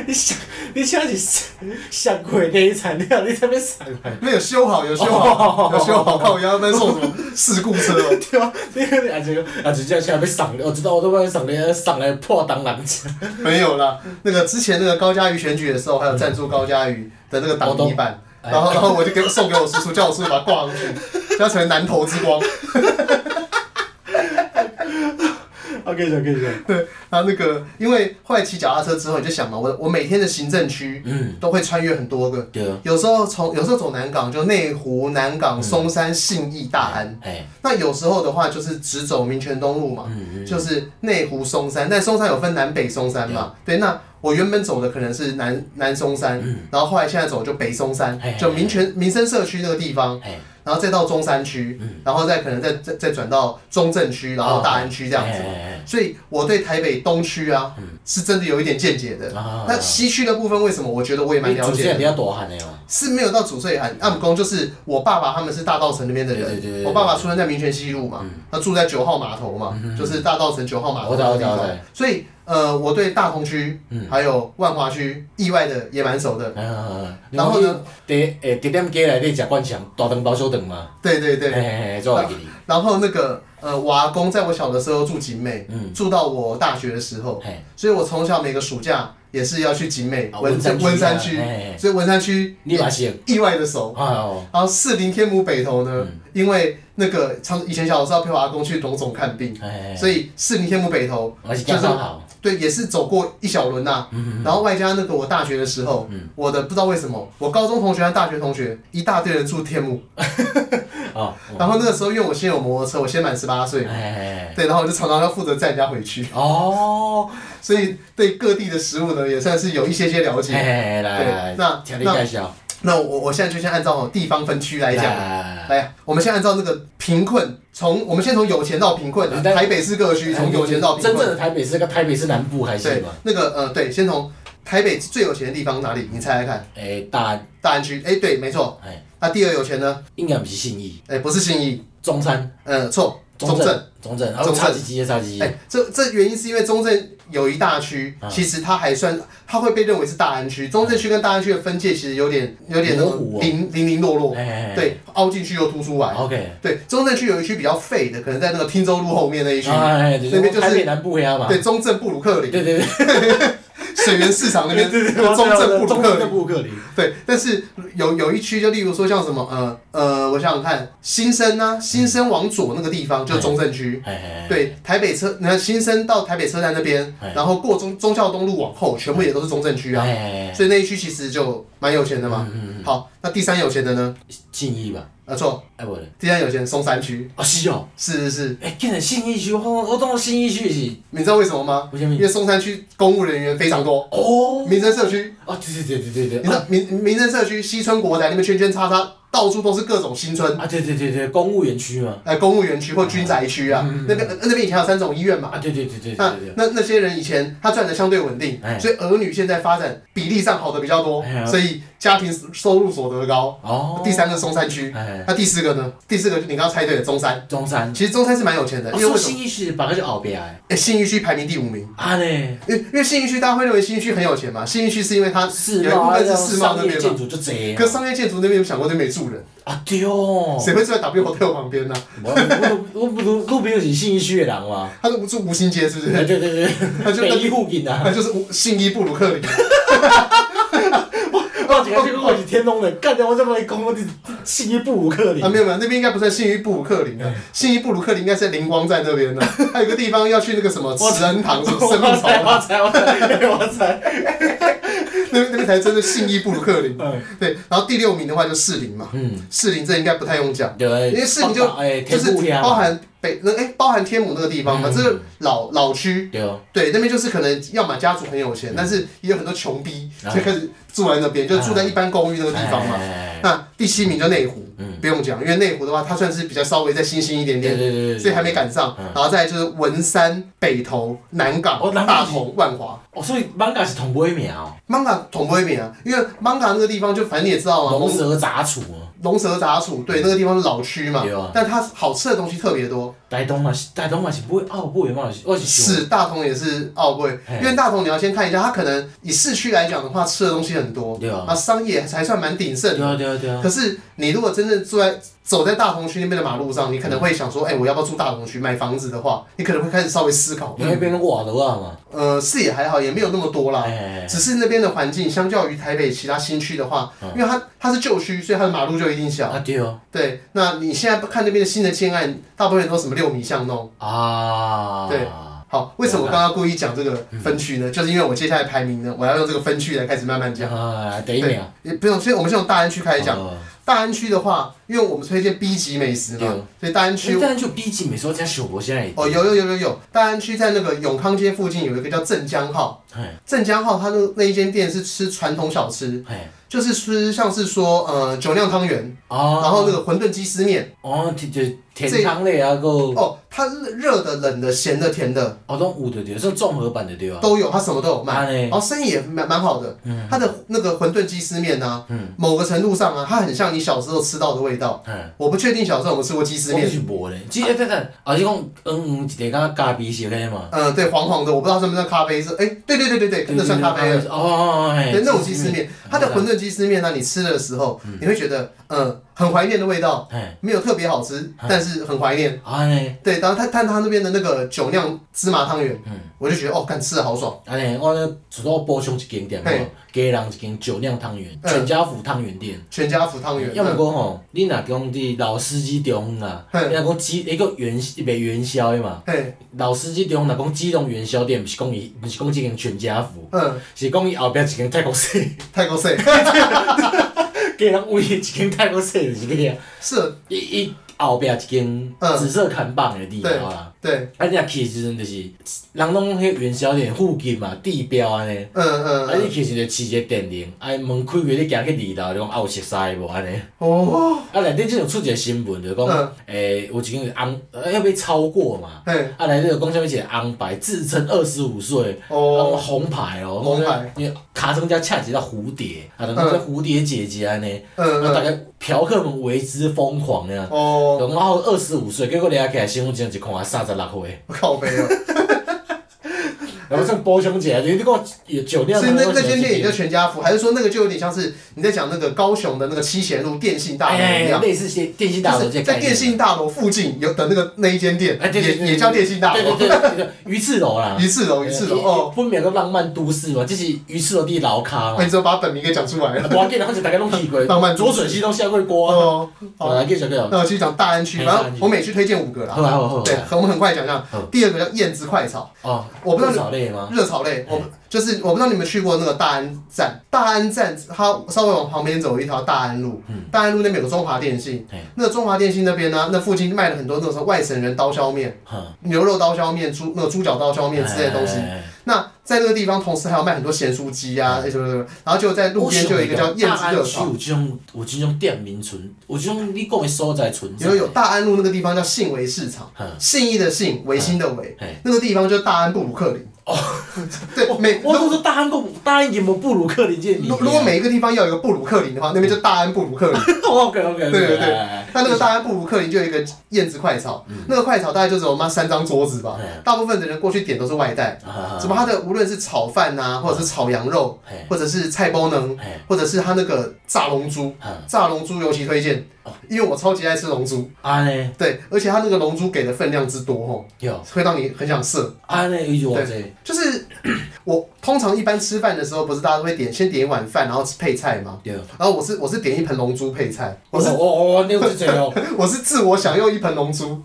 S2: 你想，你想是想过那一场料，你才要上来。
S1: 没有修好，有修好，
S2: 哦
S1: 有修 好，看我要不然送什么事故车哦。
S2: 对啊，你看你啊这个啊，直接想要上，我知道我都要上来上来破当人家。
S1: 没有啦，那个之前那个高佳瑜选举的时候，还有赞助高佳瑜的那个挡泥板，
S2: 我懂
S1: 然后 然后我就给送给我叔叔，叫我叔叔把它挂 上去，这样成为南投之光。
S2: 啊，继续继续。
S1: 他那个，因为后来骑脚踏车之后，你就想嘛，我我每天的行政区
S2: 嗯，
S1: 都会穿越很多个，
S2: 对，
S1: 有时候从有时候走南港，就内湖、南港、
S2: 嗯
S1: 松山、信义、大安。
S2: 哎，
S1: 那有时候的话，就是直走民权东路嘛，
S2: 嗯嗯，
S1: 就是内湖、松山。但松山有分南北松山嘛？对，那我原本走的可能是南南松山，然后后来现在走就北松山
S2: 嗯嘿嘿，
S1: 就民权民生社区那个地方，
S2: 哎，
S1: 然后再到中山区，
S2: 嗯
S1: 然后再可能再再再转到中正区，然后大安区这样子
S2: 哎。哎
S1: 所以我对台北东区啊，是真的有一点见解的
S2: 哎。嗯啊，
S1: 那西区的部分为什么我觉得我也蛮
S2: 你
S1: 了
S2: 祖
S1: 解
S2: 先比
S1: 的，
S2: 较大汉的哦，
S1: 是没有到主税案暗工，就是我爸爸他们是大稻城那边的
S2: 对对对对嗯
S1: 人，
S2: 对
S1: 我爸爸出生在民权西路嘛，他住在九号码头嘛，就是大稻城九号码头
S2: 我知道
S1: 那个地
S2: 我知道
S1: 方
S2: 对，
S1: 所以呃，我对大同区
S2: 嗯
S1: 还有万华区意外的也蛮熟的。
S2: 啊啊，啊
S1: 然后呢？
S2: 你讲你第诶，第点街内底食惯强，大肠包小肠嘛，
S1: 对对
S2: 嘿
S1: 对，
S2: 嘿嘿，做会记哩，
S1: 然后那个呃，我阿公在我小的时候住景美，
S2: 嗯，
S1: 住到我大学的时候，
S2: 嘿，
S1: 所以我从小每个暑假也是要去景美
S2: 啊
S1: 文文山
S2: 啊
S1: 区
S2: 嘿，嘿嘿
S1: 所以文山区
S2: 你嘛是
S1: 意外的熟。
S2: 啊哦，
S1: 然后士林天母北投呢，因为那个常以前小的时候陪我阿公去龙总看病，
S2: 嘿嘿嘿
S1: 所以士林天母北投
S2: 我是刚刚好，
S1: 对也是走过一小轮呐、然后外加那个我大学的时候，我的不知道为什么，我高中同学和大学同学一大堆人住天母，
S2: 哦，
S1: 然后那个时候因为我先有摩托车，我先满十八岁
S2: 嘿，嘿嘿
S1: 对，然后我就常常要负责载人家回去，
S2: 哎 哦，
S1: 所以对各地的食物呢也算是有一些些了
S2: 嘿
S1: 解。
S2: 嘿嘿，哎来
S1: 对，
S2: 来，
S1: 那
S2: 听你介
S1: 那
S2: 绍，
S1: 那我我现在就先按照地方分区来讲。
S2: 来
S1: 来，我们先按照那个贫困，从我们先从有钱到贫困，
S2: 嗯但
S1: 台北市各区从有钱到贫
S2: 真正
S1: 困，
S2: 的台北市跟台北市南部开始
S1: 对
S2: 嘛，，
S1: 那个呃，对，先从台北最有钱的地方哪里？你猜猜看，
S2: 诶，哎大
S1: 大安区，哎，对，没错，
S2: 哎，
S1: 那第二有钱呢？
S2: 应该不是信义，
S1: 哎，不是信义，
S2: 中山、
S1: 呃，错，中正，
S2: 正、中正，然
S1: 中
S2: 后
S1: 正
S2: 差几级，啊差几级，
S1: 哎，这这原因是因为中正有一大区
S2: 嗯，
S1: 其实它还算，它会被认为是大安区，中正区跟大安区的分界其实有点有点那
S2: 模糊
S1: 种
S2: 哦
S1: 零零零落落，
S2: 哎，
S1: 对，凹进去又凸出来，
S2: ，OK，
S1: 对，中正区有一区比较废的，可能在那个汀州路后面那一区。
S2: 哎，就
S1: 那边就是
S2: 是台北南部呀嘛，
S1: 对，中正布鲁克林，
S2: 对对对，
S1: 水源市场那边
S2: 我知道
S1: 中正布鲁
S2: 中
S1: 克
S2: 正布
S1: 林，
S2: 鲁克林，
S1: 对，但是有有一区就例如说像什么呃呃，我想想看，新生啊，新生往左那个地方就中正区，
S2: 哎哎，哎，
S1: 对，台北车，你看新生到台北车站那边
S2: 哎，
S1: 然后过中忠孝东路往后，全部也都是中正区啊，
S2: 哎，哎
S1: 所以那一区其实就蛮有钱的嘛。
S2: 嗯嗯，
S1: 好，那第三有钱的呢？
S2: 信义吧，
S1: 啊错，
S2: 哎不对，
S1: 第三有钱松山区，
S2: 啊是哦，
S1: 是是是，
S2: 哎，竟然信义区，我我当信义区是
S1: 你知道为什么吗？
S2: 为什么
S1: 因？为松山区公务人员非常多，
S2: 哦，
S1: 民生社区
S2: 啊对对对
S1: 你
S2: 对对对，
S1: 知
S2: 啊
S1: 道民民生社区西村国宅那边圈圈叉叉，到处都是各种新村，
S2: 啊对对对对，公务员区嘛，
S1: 呃，公务员区或军宅区啊，
S2: 嗯
S1: 那边呃那边以前有三种医院嘛
S2: 啊。对对对对
S1: 那
S2: 对对，
S1: 那那些人以前他赚的相对稳定，
S2: 哎
S1: 所以儿女现在发展比例上好的比较多
S2: 哎呀，
S1: 所以家庭收入所得高。
S2: 哦，
S1: 第，三个松山区，
S2: 哎，
S1: 那第四个呢？第四个就你刚刚猜对了，中山。
S2: 中山。啊
S1: 其实中山是蛮有钱的，因为
S2: 说
S1: 为什么？
S2: 信义区把个就后边的，
S1: 哎，信义区排名第五名，
S2: 啊嘞，
S1: 因为因为信义区大家会认为信义区很有钱嘛，信义区是因为它有
S2: 世
S1: 一
S2: 贸
S1: 部
S2: 啊，
S1: 分是世贸
S2: 商
S1: 那
S2: 业
S1: 边
S2: 建
S1: 嘛，
S2: 筑就这
S1: 可商业建筑那边有想过就没住人，
S2: 啊对哦，
S1: 谁会住在 W Hotel 旁边呢？
S2: 我我我不路路边有是信义区的人嘛，
S1: 他是住吴兴街是不
S2: 对
S1: 是？
S2: 对对对，北一附近啊，
S1: 那就是吴信义布鲁克林，啊
S2: 我一开始我是天龙人，干掉我这么一讲，我信义布鲁克林
S1: 啊，没有没有，那边应该不算信义布鲁克林的，信义布鲁克林应该是在灵光站那边的， 还有一个地方要去那个什么慈恩堂什么生命
S2: 我
S1: 草
S2: 猜我
S1: 堂，
S2: 猜我猜我猜，
S1: 那边那边才真的信义布鲁克林。啊
S2: 嗯
S1: 对，然后第六名的话就士林嘛，
S2: 嗯，
S1: 士林这应该不太用讲，
S2: 对，
S1: 因为士林就
S2: 哎，
S1: 就是包含北那哎包含天母那个地方嘛，
S2: 嗯
S1: 这是老老区。
S2: 对哦，
S1: 对，那边就是可能要么家族很有
S2: 嗯
S1: 钱，但是也有很多穷逼，就
S2: 啊
S1: 开始住在那边，就
S2: 哎
S1: 住在一般公寓那个地方嘛。
S2: 嘛，
S1: 那第七名就内湖，
S2: 哎嗯
S1: 不用讲，因为内湖的话，它算是比较稍微再新兴一点
S2: 对
S1: 点，
S2: 对对，
S1: 所以还没，赶上。
S2: 嗯
S1: 然后再来就是文山、北投、南港、
S2: 哦南港
S1: 大同、万华。
S2: 哦，所以 manga 是同不一名哦，
S1: manga 统不会免啊，因为 manga 那个地方就反正你也知道嘛，
S2: 龙
S1: 龙
S2: 蛇杂处，啊
S1: 龙蛇杂处，对，那个地方是老区嘛
S2: 对啊，
S1: 但它好吃的东西特别多。
S2: 台东嘛是台东嘛是不会澳不会嘛是，我是想
S1: 是大同也是奥贵，
S2: 嘿
S1: 因为大同你要先看一下，它可能以市区来讲的话，吃的东西很多，
S2: 对啊
S1: 啊，商业还算蛮鼎盛
S2: 对
S1: 的。
S2: 啊对啊对啊，
S1: 可是你如果真正住在走在大同区那边的马路上，你可能会想
S2: 嗯
S1: 说，哎、我要不要住大同区买房子的话，你可能会开始稍微思考。
S2: 因为那边瓦楼啊嘛，
S1: 呃，是也还好，也没有那么多啦。
S2: 哎，
S1: 只啊是那边的环境相较于台北其他新区的话，
S2: 嗯
S1: 因为它它是旧区，所以它的马路就一定小。
S2: 啊对哦，
S1: 对，那你现在看那边的新的建案，大部分都什么六米巷弄，
S2: 啊，嗯
S1: 对，好，为什么刚刚故意讲这个分区呢？就是因为我接下来排名呢，我要用这个分区来开始慢慢讲。
S2: 啊，第一
S1: 对
S2: 名，
S1: 也不用，所以我们先从大安区开始讲。
S2: 哦
S1: 大安区的话，因为我们推荐 B 级美食嘛
S2: 对，
S1: 所以大安
S2: 欸
S1: 区
S2: 当然就 B 级美食，我加小博现在也
S1: 哦有有有有有，大安区在那个永康街附近有一个叫镇江号，
S2: 哎
S1: 镇江号它那那一间店是吃传统小吃，
S2: 哎
S1: 就是吃像是说呃酒酿汤圆，
S2: 哦，
S1: 然后那个馄饨鸡丝面，
S2: 哦，就就甜汤类啊，个
S1: 哦，它是热的、冷的、咸的、甜的
S2: 哦都有的对，算综合版的对啊。嗯
S1: 都有，它什么都有卖。
S2: 啊嘞
S1: 然，后生意也蛮蛮好的，它哦的那个馄饨鸡丝面呢、
S2: 嗯
S1: 某个程度上啊，它很像你小时候吃到的味道。
S2: 嗯，
S1: 我不确定小时候有没有吃过鸡丝
S2: 我
S1: 面，
S2: 是无咧，即个等等，啊是讲嗯嗯一个敢咖啡色的嘛，
S1: 呃，对，黄黄的，我不知道算不算咖啡色，哎、对对对对对，那算咖啡了。
S2: 哦哦，哦
S1: 对，那种鸡丝，面，它的馄饨鸡丝面呢，你吃的时候，你会觉得，嗯，很怀念的味道，
S2: 哎，
S1: 没有特别好吃，但是很怀念。
S2: 安尼
S1: 对，然后他他他那边的那个酒酿芝麻汤圆，
S2: 嗯
S1: 我就觉得哦，干吃的好爽。
S2: 安尼，我咧主要补充一间店，
S1: 嘿
S2: 加人一间酒酿汤圆，
S1: 嗯
S2: 全家福汤圆店。
S1: 全家福汤圆，
S2: 要毋
S1: 嗯
S2: 讲吼，你若讲伫老司机中啊，
S1: 嗯
S2: 你若讲基一个元卖元宵的嘛，
S1: 嘿，
S2: 老司机中若讲基隆元宵店，毋是讲伊，毋是讲即间全家福，
S1: 嗯，
S2: 是讲伊后壁一间泰国菜，
S1: 泰国菜
S2: 给人为一间泰国菜就是个啊，
S1: 是，
S2: 伊伊后壁一间
S1: 嗯
S2: 紫色看板的地方啦。
S1: 对，
S2: 啊，你若去的时阵就是，人拢迄元宵店附近嘛，地标安尼。
S1: 嗯嗯，
S2: 啊，你
S1: 嗯
S2: 去时就饲一个电铃，啊，门开开你行去二楼，就讲啊有熟识无安尼。
S1: 哦，
S2: 啊，内底即有出一个新闻，就讲，诶、
S1: 嗯
S2: 有一间是红，呃要被超过嘛。
S1: 嘿，
S2: 啊，内底有讲啥物一个红牌，自称二十五岁，哦，
S1: 哦，
S2: 红牌哦，
S1: 红牌，
S2: 因为卡通家恰吉到蝴蝶，啊，等于叫蝴蝶姐姐安尼，
S1: 嗯
S2: 啊，大
S1: 嗯，
S2: 家嫖客们为之疯狂呀。
S1: 哦，
S2: 然后二十五岁，结果掠起来身份证一看，三十六岁，
S1: 靠背哦，
S2: 然后算补充一下，你你讲有酒
S1: 嗯
S2: 量
S1: 所
S2: 的
S1: 以那
S2: 人为什么
S1: 那间店也
S2: 去
S1: 叫全家福，还是说那个就有点像是你在讲那个高雄的那个七贤路电信大楼一
S2: 哎，
S1: 样，
S2: 类似些电信大楼
S1: 就
S2: 这
S1: 是
S2: 个概
S1: 在
S2: 念
S1: 电信大楼附近有的那个那一间店
S2: 哎，对对
S1: 也
S2: 对
S1: 也叫电信大
S2: 对
S1: 楼，
S2: 对对对对，鱼翅楼啦，
S1: 一次楼一次楼，哦，
S2: 分明个浪漫都市嘛，这是鱼翅楼的老卡
S1: 哎
S2: 嘛
S1: 你。只有把本名给讲出来了，
S2: 无要紧，然后就大家拢去过，
S1: 浪漫都市
S2: 左水西都下过锅。
S1: 哦，好
S2: 好，来继续继续。
S1: 那我去讲大安区，
S2: 哎
S1: 反
S2: 大安
S1: 正
S2: 区
S1: 我每区推荐五个
S2: 好
S1: 啦。
S2: 啊好啊好啊
S1: 对，
S2: 好啊。
S1: 很我们很快讲一下
S2: 嗯。
S1: 第二个叫燕之快炒，
S2: 哦，
S1: 我不知道你
S2: 少类吗？
S1: 热炒类，我们就是我不知道你们去过那个大安站，大安站它稍微往旁边走一条大安路
S2: 嗯，
S1: 大安路那边有个中华电信
S2: 哎，
S1: 那中华电信那边呢，那附近卖了很多那种外省人刀削面、
S2: 哈，
S1: 牛肉刀削面、猪那个猪脚刀削面之类的东西
S2: 哎。。哎哎
S1: 那在那个地方，同时还有卖很多咸酥鸡啊，
S2: 嗯
S1: 什么什么，然后就在路边就有一个叫燕之
S2: 大
S1: 热
S2: 安区
S1: 炒。
S2: 有这种有这种店名存，有这种你讲的所在存在。
S1: 有有大安路那个地方叫信维市场，
S2: 哈，
S1: 信义的信，维新的维
S2: 哎，
S1: 那个地方就是大安布鲁克林。哦， 对，每
S2: 我都说大安公大安有没有布鲁克林这名？
S1: 如如果每一个地方要有一个布鲁克林的话，那边就大安布鲁 克林。
S2: OK OK
S1: 对对对
S2: 对
S1: 那那个大安布鲁克林就有一个燕子快炒，那个快炒大概就只有妈三张桌子吧
S2: 嗯，啊
S1: 大部分的人过去点都是外带。什么？它的无论是炒饭呐，或者是炒羊肉，
S2: 嘿
S1: 或者是菜包能，
S2: 嘿
S1: 或者是它那个炸龙珠，
S2: 哈
S1: 炸龙珠尤其推荐，
S2: 哦
S1: 因为我超级爱吃龙珠。
S2: 安尼
S1: 对，而且它那个龙珠给的分量之多吼，
S2: 有
S1: 会让你很想射。
S2: 安尼有偌济？
S1: 就是我通常一般吃饭的时候，不是大家都会点先点一碗饭，然后配菜吗？
S2: 对，
S1: 然后我是我是点一盆龙珠配菜，我
S2: 我
S1: 是
S2: 我我你有这济哦。
S1: 我是自我享用一盆龙珠，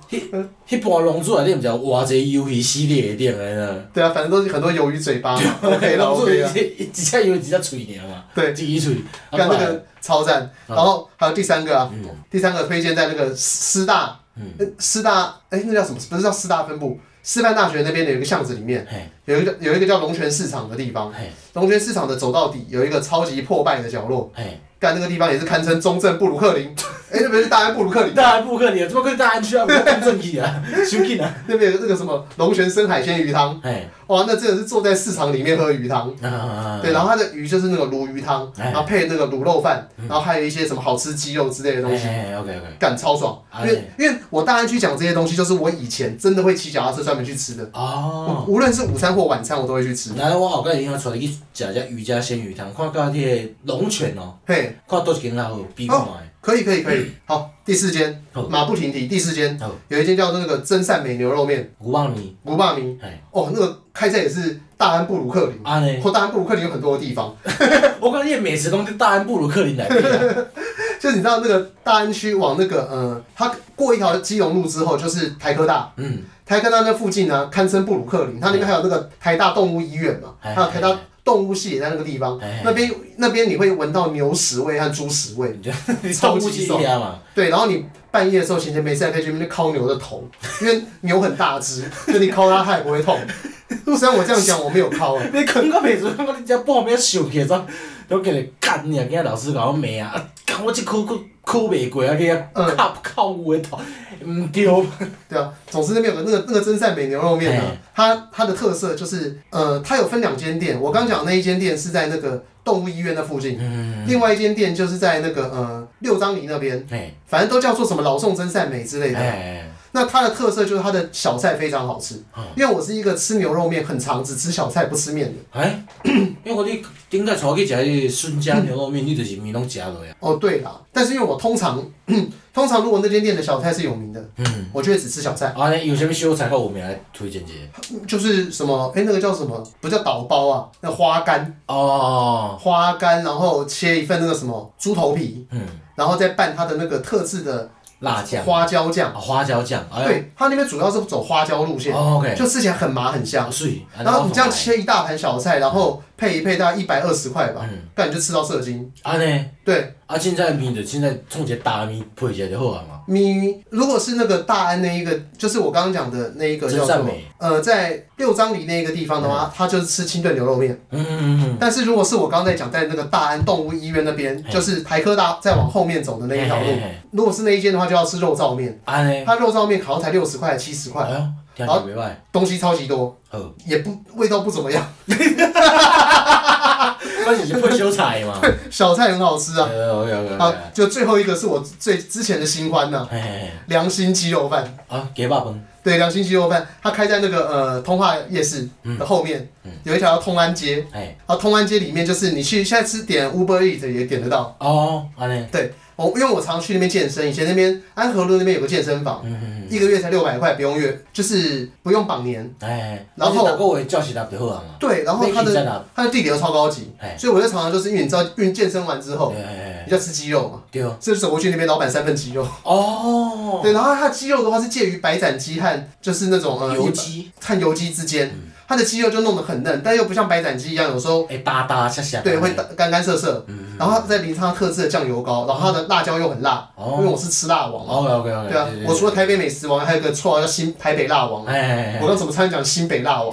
S2: 迄盘龙珠内底毋知有偌济游戏系列的店来呢？
S1: 对啊，反正都是很多鱿鱼嘴巴嘛，OK 啦
S2: 啊龙珠
S1: OK
S2: 一
S1: 啦，
S2: 只一只游一只喙尔嘛，
S1: 对，
S2: 一只喙。啊
S1: 干那个超赞。
S2: 嗯
S1: 然后还有第三个啊，
S2: 嗯
S1: 第三个推荐在那个师大，
S2: 嗯
S1: 呃师大哎那叫什么？不是叫师大分部，师范大学那边的有一个巷子里面
S2: 嘿
S1: 有一个有一个叫龙泉市场的地方，
S2: 嘿
S1: 龙泉市场的走到底有一个超级破败的角落。
S2: 嘿，
S1: 干那个地方也是堪称中正布鲁克林， 哎、那边是大安布鲁克林，
S2: 大安布克你怎么可以大安区啊？不要正义啊，收紧啊！
S1: 那边有那个什么龙泉生海鲜鱼汤，
S2: 嘿，
S1: 哇，那真的是坐在市场里面喝鱼汤。
S2: 啊
S1: 对，然后它的鱼就是那个鲈鱼汤，
S2: 哎嗯
S1: 然后配那个卤肉饭，然后还有一些什么好吃鸡肉之类的东西，
S2: OK OK，
S1: 干超爽。
S2: 哎
S1: 因为因为我大安区讲这些东西，就是我以前真的会骑脚踏车专门去吃的，我
S2: 哦。
S1: 无论是午餐或晚餐我都会去吃。
S2: 然后嗯我后盖应该带你去食只瑜伽鲜鱼汤，看到迄个龙泉哦，
S1: 嘿，
S2: 看多一间较好，比看卖。
S1: 可以可以可以。好，第四间
S2: 嗯好
S1: 马不停蹄，第四间
S2: 好
S1: 有一间叫那个真善美牛肉面，
S2: 牛肉面，
S1: 古巴米
S2: 嘿，
S1: 哦，那个开在也是大安布鲁克林。哦
S2: 安尼，
S1: 或大安布鲁克林有很多的地方，
S2: 我讲你的美食拢伫大安布鲁克林内底啊。
S1: 就是你知道那个大安区往那个呃，它过一条基隆路之后就是台科大，
S2: 嗯，
S1: 台科大那附近呢、堪称布鲁克林，它那边还有那个台大动物医院嘛，
S2: 哎
S1: 还有台
S2: 哎
S1: 大
S2: 哎
S1: 动物系也在那个地方
S2: 哎哎，
S1: 那边那边你会闻到牛屎味和猪屎味， 超级
S2: 一下啊嘛，
S1: 对，然后你半夜的时候闲着没事还可以去那边敲牛的头，因为牛很大只， 就你敲它它也不会痛。虽然我这样讲我没有敲、啊，
S2: 你讲到袂准，我你遮半暝想起来怎，都叫你干你啊！今日老师甲我骂啊，啊，干我即科科考袂过啊，去啊，
S1: 嗯
S2: 靠靠有诶头，毋对，
S1: 对啊，总之那边有个那个那个真善美牛肉面呢、啊
S2: 哎
S1: 它它的特色就是，呃，它有分两间店，我刚讲那一间店是在那个动物医院那附近，
S2: 嗯，
S1: 另外一间店就是在那个呃六张犁那边，
S2: 嘿，
S1: 反正都叫做什么老宋真善美之类的。
S2: 哎，
S1: 那它的特色就是它的小菜非常好吃
S2: 嗯，
S1: 因为我是一个吃牛肉面很常只吃小菜不吃面的。
S2: 哎， 因为我你顶摆带我去食迄个孙家牛肉面，你就是面拢食落啊，
S1: 哦，对啦，但是因为我通常 通常如果那间店的小菜是有名的，
S2: 嗯，
S1: 我就会只吃小菜，
S2: 啊，尼有啥物小菜较有名来推荐一下？
S1: 就是什么哎那个叫什么不叫倒包啊，那花干
S2: 哦，
S1: 花干，然后切一份那个什么猪头皮，
S2: 嗯，
S1: 然后再拌它的那个特制的
S2: 辣酱，
S1: 花椒
S2: 啊
S1: 酱。
S2: 花椒酱，哎呦，
S1: 对，它那边主要是走花椒路线，
S2: 哦，OK，
S1: 就吃起来很麻很香
S2: 好。水，啊
S1: 然后你这样，切一大盘小菜，然后配一配大概一百二十块吧，
S2: 嗯，
S1: 不然你就吃到射精。
S2: 安尼。
S1: 对，
S2: 啊，凊彩面就凊彩创一个大面配起来就好啊嘛。
S1: 你如果是那个大安那一个，就是我刚刚讲的那一个
S2: 真
S1: 叫
S2: 善
S1: 做
S2: 美
S1: 呃，在六张犁那一个地方的话，它就是吃清炖牛肉面。
S2: 嗯嗯嗯
S1: 但是如果是我刚刚在讲在那个大安动物医院那边，
S2: 嘿
S1: 就是台科大再往后面走的
S2: 嗯，
S1: 那一条路啊
S2: 嘿，嘿嘿
S1: 如果是那一间的话，就要吃肉燥面。
S2: 安尼，
S1: 它肉燥面好像才六十块、七十块，
S2: 哎呦，听起来袂歹。
S1: 东西超级多，
S2: 好，
S1: 也不味道不怎么样，
S2: 反正是配小菜 嘛。呃
S1: 小菜很好吃
S2: 对
S1: 啊。
S2: 对对对
S1: 啊
S2: 对。，
S1: 就最后一个是我最之前的新欢呐、
S2: 嘿嘿嘿
S1: 良心鸡肉饭。
S2: 啊，鸡肉饭，
S1: 对，良心鸡肉饭，它开在那个呃通化夜市
S2: 嗯
S1: 的后面，有一条叫通安街，
S2: 哎，
S1: 然后通安街里面就是你去现在吃点 Uber Eat 也点得到。
S2: 哦，安尼，
S1: 对，我因为我常去那边健身，以前那边安和路那边有个健身房，
S2: 嗯嗯嗯，
S1: 一个月才六百块，不用月，就是不用绑年。
S2: 哎，
S1: 然后
S2: 你逐个月照是搭就好啊嘛。
S1: 对，然后它
S2: 你去
S1: 的
S2: 在哪？
S1: 它的地点又超高级，
S2: 哎，
S1: 所以我就常常就是因为你知道，因为健身完之后
S2: 哎哎
S1: 你
S2: 哎
S1: 就要吃鸡肉嘛，
S2: 对，
S1: 所以走过去那边老板三份鸡肉。
S2: 哦，
S1: 对，然后它的鸡肉的话是介于白斩鸡和就是那种呃
S2: 油鸡，
S1: 和油鸡之间，它的鸡肉就弄得很嫩，但又不像白斩鸡一样，有时候
S2: 会搭搭下下。
S1: 对会干干涩涩。
S2: 嗯
S1: 然后它再淋上它特制的酱油膏，然后它的辣椒又很辣，
S2: 哦哎
S1: 因为我是吃辣王嘛。
S2: OK OK OK。
S1: 对啊，我除了台北美食王，还有一个绰号叫新台北辣王。
S2: 哎哎哎，
S1: 我刚怎么差点讲新北辣王？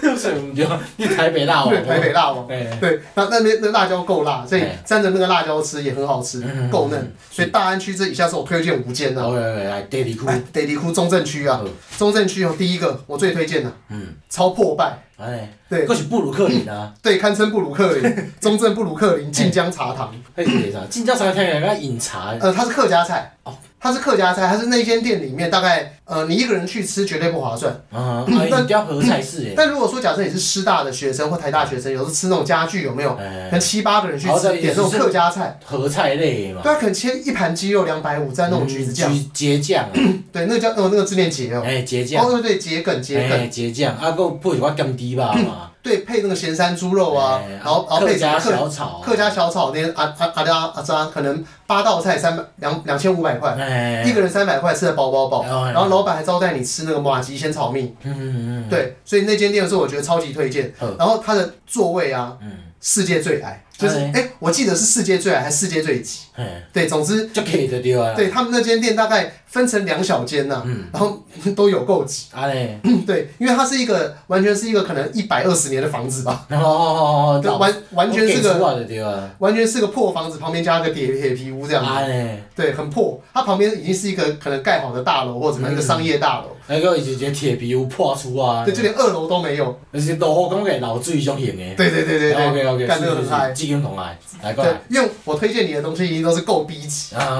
S2: 刚水唔对，你台北辣哦。
S1: 对， 台北辣王。
S2: 哎。哎，
S1: 对，那那边那辣椒够辣，所以
S2: 哎
S1: 沾着那个辣椒吃也很好吃
S2: 嗯，
S1: 够嫩。所以大安区这以下是我推荐五间啊，
S2: OK OK，来地理区。
S1: 哎，得离窟中正区啊
S2: 好，
S1: 中正区有第一个我最推荐的，
S2: 嗯，
S1: 超破败，
S2: 安尼。
S1: 对
S2: 佫是布鲁克林啊，
S1: 对，堪称布鲁克 林，中正布鲁克
S2: 哎
S1: 林晋江茶堂，
S2: 迄是啥？晋江茶听起来敢饮茶，
S1: 呃，它是客家菜
S2: 哎哦，
S1: 它是客家菜，它是那间店里面大概，呃，你一个人去吃绝对不划算。
S2: 啊，啊，饮雕合菜市诶，
S1: 但如果说假设你是师大的学生或台大学生，有时候吃那种家具有没有？可能
S2: 哎，
S1: 七八个人去
S2: 好
S1: 吃
S2: 像也
S1: 点那种
S2: 是
S1: 客家菜，
S2: 合菜类的嘛，
S1: 对啊，可能切一盘鸡肉两百五，再弄橘子酱，
S2: 结酱啊，
S1: 对，那个叫哦那个自恋节哦，
S2: 哎，结
S1: 哦
S2: 酱，
S1: 对对，桔梗桔梗，
S2: 哎，结酱，啊，佮配一寡甘甜吧嘛，
S1: 对，配那个咸山猪肉啊，
S2: 哎
S1: 然后然后
S2: 客
S1: 配什
S2: 家
S1: 么客
S2: 小炒，
S1: 客家，小炒那些阿阿阿拉阿扎，可能八道菜三百两两千五百块。
S2: 哎，
S1: 一个人三百块吃的饱饱饱，
S2: 哎
S1: 然后老板还招待你吃那个麻吉鲜炒面，
S2: 嗯，嗯嗯，
S1: 对，所以那间店是我觉得超级推荐
S2: 嗯。
S1: 然后它的座位啊，
S2: 嗯，
S1: 世界最矮，就是
S2: 哎
S1: 哎、我记得是世界最矮还是世界最挤？
S2: 哎，
S1: 对，总之
S2: 就可以就对啊，
S1: 对他们那间店大概分成两小间呐、
S2: 嗯，
S1: 然后都有够挤。嗯
S2: 啊嘞，
S1: 对，因为它是一个完全是一个可能一百二十年的房子吧，
S2: 然后
S1: 对，完完全是个
S2: 就对啊，
S1: 完全是个破房子，旁边加个铁铁皮屋这样子。
S2: 啊嘞，
S1: 对，很破，它旁边已经是一个可能盖好的大楼或者什么、
S2: 嗯
S1: 一个商业大楼。
S2: 那个是一个铁皮屋破厝啊，
S1: 对，就连二楼都没有。
S2: 就是落雨讲个流水种型诶。
S1: 对对对对对
S2: OK OK，
S1: 干这个很嗨。
S2: 志同来，来过
S1: 对
S2: 来。，
S1: 因为我推荐你的东西一定都是够逼急。
S2: 啊啊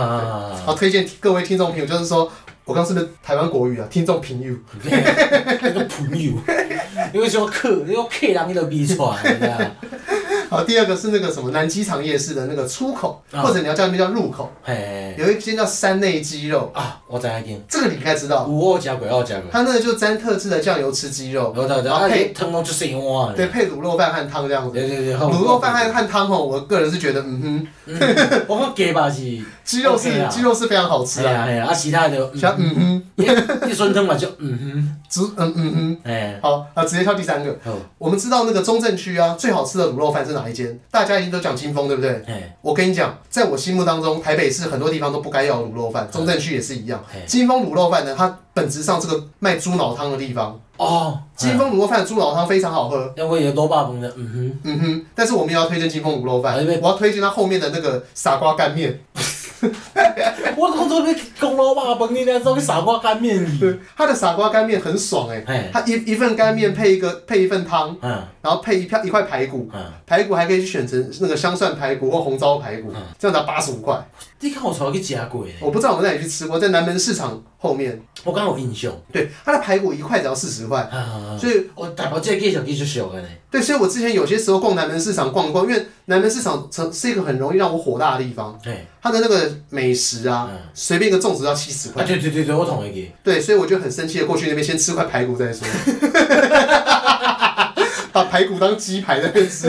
S2: 啊！
S1: 好，推荐各位听众朋友，就是说我刚是不是台湾国语啊？听众朋友，
S2: 那个朋友，因为说客，因为客人伊都逼出来，你知道吗？
S1: 好，第二个是那个什么南机场夜市的那个出口，
S2: 啊
S1: 或者你要叫那叫入口，
S2: 嘿，
S1: 有一间叫山内鸡肉，
S2: 啊，我知影间，
S1: 这个你应该知
S2: 有
S1: 道，
S2: 我有食过，我有食过。
S1: 它那个就沾特制的酱油吃鸡肉，
S2: 我知道，
S1: 然后
S2: 啊，
S1: 配
S2: 迄汤拢就是一碗
S1: 对
S2: 的。
S1: 配卤肉饭和汤这样子。
S2: 对对对，好
S1: 卤肉饭和和汤哦，我个人是觉得，嗯哼，
S2: 嗯我看鸡肉
S1: 鸡肉
S2: 是，
S1: 是
S2: OK 啦
S1: 鸡肉是非常好吃
S2: 是
S1: 啊，
S2: 啊系啊，啊其他的就
S1: 像
S2: 嗯，
S1: 嗯哼，
S2: 一一酸汤嘛就嗯
S1: 直嗯嗯
S2: 哼，哎
S1: 哼，，好啊，直接跳第三个。
S2: 好，
S1: 我们知道那个中正区啊，最好吃的卤肉饭是哪一间？大家一定都讲清风，对不对？
S2: 哎，
S1: 我跟你讲，在我心目当中，台北市很多地方都不该要有卤肉饭，中正区也是一样。
S2: 嘿
S1: 金丰卤肉饭呢，它本质上是个卖猪脑汤的地方。
S2: 哦，
S1: 金丰卤肉饭的猪脑汤非常好喝，
S2: 那我也多霸饭的，嗯
S1: 嗯哼。但是我们也要推荐金丰卤肉饭
S2: 哎，对
S1: 我要推荐它后面的那个傻瓜干面。
S2: 哼，我当初你讲老霸饭，你来做个傻瓜干面去，
S1: 对，它的傻瓜干面很爽哎、
S2: 哎，
S1: 它一一份干面配一个配一份汤，
S2: 嗯
S1: 然后配一票一块排骨，
S2: 嗯，
S1: 排骨还可以去选成那个香蒜排骨或红糟排骨
S2: 嗯，
S1: 这样才八十五块。
S2: 你看我从来去食过呢，
S1: 我不知道我在哪里去吃过，在南门市场后面，
S2: 我敢有印象，
S1: 对，它的排骨一块只要四十块，
S2: 啊，
S1: 所以
S2: 我大伯这个介绍技术熟的呢，
S1: 对，所以我之前有些时候逛南门市场逛逛，因为南门市场是是一个很容易让我火大的地方，
S2: 哎，
S1: 它的那个美食啊
S2: 嗯，
S1: 随便一个粽子要七十
S2: 啊
S1: 块，
S2: 对对对对，我同意个，
S1: 对，所以我就很生气的过去那边先吃块排骨再说， 把排骨当鸡排在那边吃，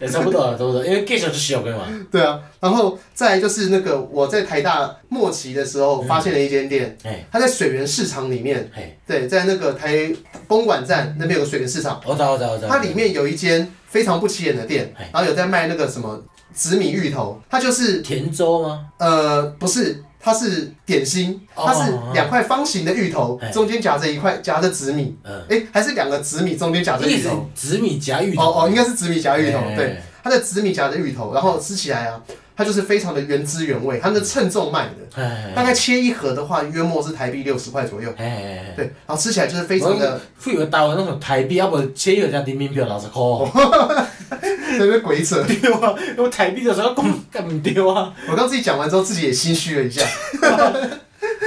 S2: 也差不多了，差不多，因为介绍是熟的嘛，
S1: 对啊，然后再来就是那个我在台大末期的时
S2: 嗯
S1: 候发现了一间店，
S2: 哎
S1: 它在水源市场里面，
S2: 哎，
S1: 对，在那个台公馆站那边有个水源市场。
S2: 我知道我知道我知道，
S1: 它里面有一间非常不起眼的店
S2: 嗯哎，
S1: 然后有在卖那个什么紫米芋头，它就是
S2: 甜粥吗？
S1: 呃不是，它是点心，
S2: 哦
S1: 它是两块方形的芋头
S2: 哎，
S1: 中间夹着一块夹着紫米，
S2: 嗯，
S1: 哎、还是两个紫米中间夹着
S2: 一
S1: 芋
S2: 直
S1: 头，
S2: 紫米夹芋头，
S1: 哦哦，应该是紫米夹芋头，
S2: 哎
S1: 对，它的紫米夹着芋头，然后吃起来啊，它就是非常的原汁原味，它是称重卖的，
S2: 嗯哎，
S1: 大概切一盒的话，约莫是台币六十块左右，
S2: 哎哎嗯哎，
S1: 对，然后吃起来就是非常的，
S2: 富有台湾那种台币，啊无切一张人民币六十块，
S1: 在那边鬼扯。
S2: 对啊，用台币的时候讲讲唔对啊。
S1: 我刚自己讲完之后，自己也心虚了一下，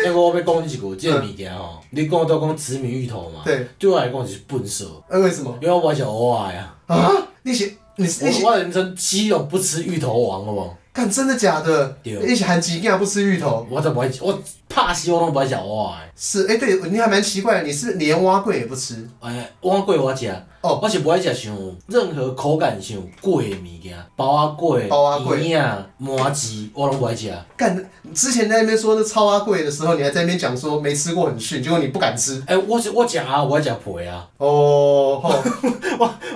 S2: 那我要讲你一句，这个物件吼，你讲到讲紫米芋头嘛，
S1: 对，
S2: 对我来讲就是笨手，
S1: 呃，为什么？
S2: 因为我是偶尔呀，
S1: 啊，你写你是你
S2: 我
S1: 写，
S2: 我人生基隆不吃芋头王好无？
S1: 看真的假的？
S2: 对
S1: 你写韩吉竟然不吃芋头？
S2: 我都不爱，我怕死我拢不爱食偶尔。
S1: 是，哎、对你还蛮奇怪的，你是不是连蛙桂也不吃？
S2: 哎，我过我食，
S1: 哦
S2: 我是不爱食像任何口感像粿的物件，包仔粿、
S1: 包仔粿
S2: 圆啊、麻糍，我拢不爱食。
S1: 干，你之前在那边说那超蛙桂的时候，你还在那边讲说没吃过很逊，结果你不敢吃。
S2: 哎、我是我食啊，我爱食 皮啊，
S1: 哦，吼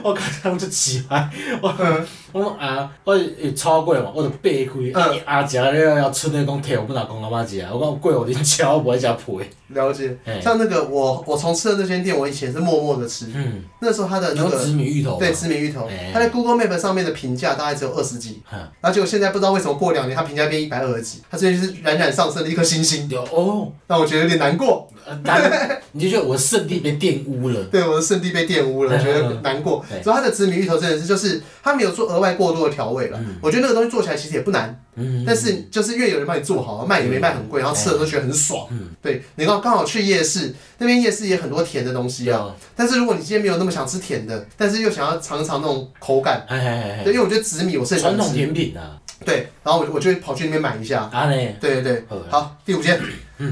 S2: 我刚刚就起来，
S1: 嗯
S2: 我讲啊，我有炒粿嘛，我就掰开，啊
S1: 嗯
S2: 伊啊食了要剩的讲摕我本来公阿妈食，啊我讲粿我恁食，我不爱食皮。
S1: 了解。
S2: 哎、
S1: 像那个我我从吃的那间店，我以前是默默的吃，
S2: 嗯，
S1: 那时候它的那
S2: 有
S1: 个
S2: 紫米芋头嘛
S1: 对，紫米芋头
S2: 哎，
S1: 它在 Google Map 上面的评价大概只有二十几，
S2: 哈，
S1: 然后结果现在不知道为什么过两年它评价变一百二十几，它最近就是冉冉上升的一颗星星，
S2: 有哦，
S1: 让我觉得有点难过。
S2: 呃但你就觉得我圣地被玷污了。
S1: 对我的圣地被玷 污了，
S2: 嗯
S1: 觉得难过。
S2: 对
S1: 所以它的紫米芋头真的是，就是它没有做额外过多的调味了。
S2: 嗯
S1: 我觉得那个东西做起来其实也不难，
S2: 嗯，
S1: 但是就是因为有人帮你做好，卖也没卖很贵，然后吃了都觉得很爽。
S2: 嗯
S1: 对，你刚刚好去夜市，那边夜市也很多甜的东西啊。
S2: 啊，
S1: 但是如果你今天没有那么想吃甜的，但是又想要尝一尝那种口感，
S2: 哎哎
S1: 对，因
S2: 哎
S1: 为我觉得紫米我是
S2: 哎，
S1: 很喜
S2: 传
S1: 欢吃。
S2: 统甜品啊，
S1: 对，然后我我就会跑去那边买一下。
S2: 啊呢，
S1: 对对对，
S2: 好啦
S1: 好，第五间，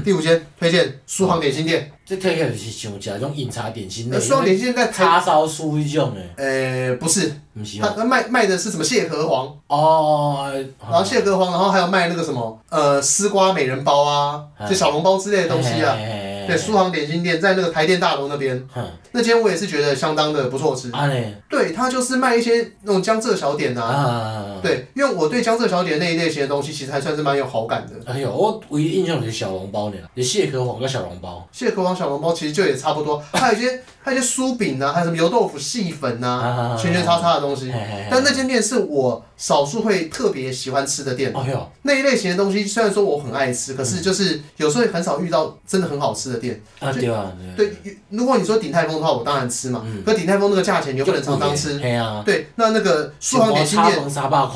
S1: 第五间推荐苏杭点心店。
S2: 这听起来就是像食种饮茶点心
S1: 那
S2: 类，
S1: 苏杭点心店在台，
S2: 叉烧酥迄种的，
S1: 呃，不是，
S2: 毋是
S1: 它
S2: 吗？
S1: 它卖卖的是什么蟹壳黄。
S2: 嗯哦，
S1: 然后蟹壳黄，然后还有卖那个什么呃丝瓜美人包啊，
S2: 嗯
S1: 就小笼包之类的东西啊。
S2: 啊
S1: 对，苏杭点心店在那个台电大楼那边，
S2: 哼，
S1: 那间我也是觉得相当的不错吃。
S2: 安尼
S1: 对，它就是卖一些那种江浙小点啊。
S2: 啊，，
S1: 对，因为我对江浙小点那一类型的东西其实还算是蛮有好感的。
S2: 哎呦，我唯一印象就是小笼包呢，就蟹壳黄跟小笼包，
S1: 蟹壳黄小笼包其实就也差不 多，还有一些还有一些酥饼啊，还有什么油豆腐细粉啊
S2: 啊，哎
S1: 圈圈叉叉的东
S2: 嘿
S1: 西。
S2: 嘿
S1: 但那间店是我少数会特别喜欢吃的店。
S2: 哎呦，
S1: 那一类型的东西，虽然说我很爱吃，可
S2: 嗯
S1: 是就是有时候也很少遇到真的很好吃的店。
S2: 啊对啊，
S1: 对，如果你说鼎泰丰的话，我当然吃嘛。
S2: 嗯
S1: 可鼎泰丰那个价钱你
S2: 就
S1: 又不能常常吃。
S2: 嘿啊，
S1: 对，那那个苏杭点心店，
S2: 三百块，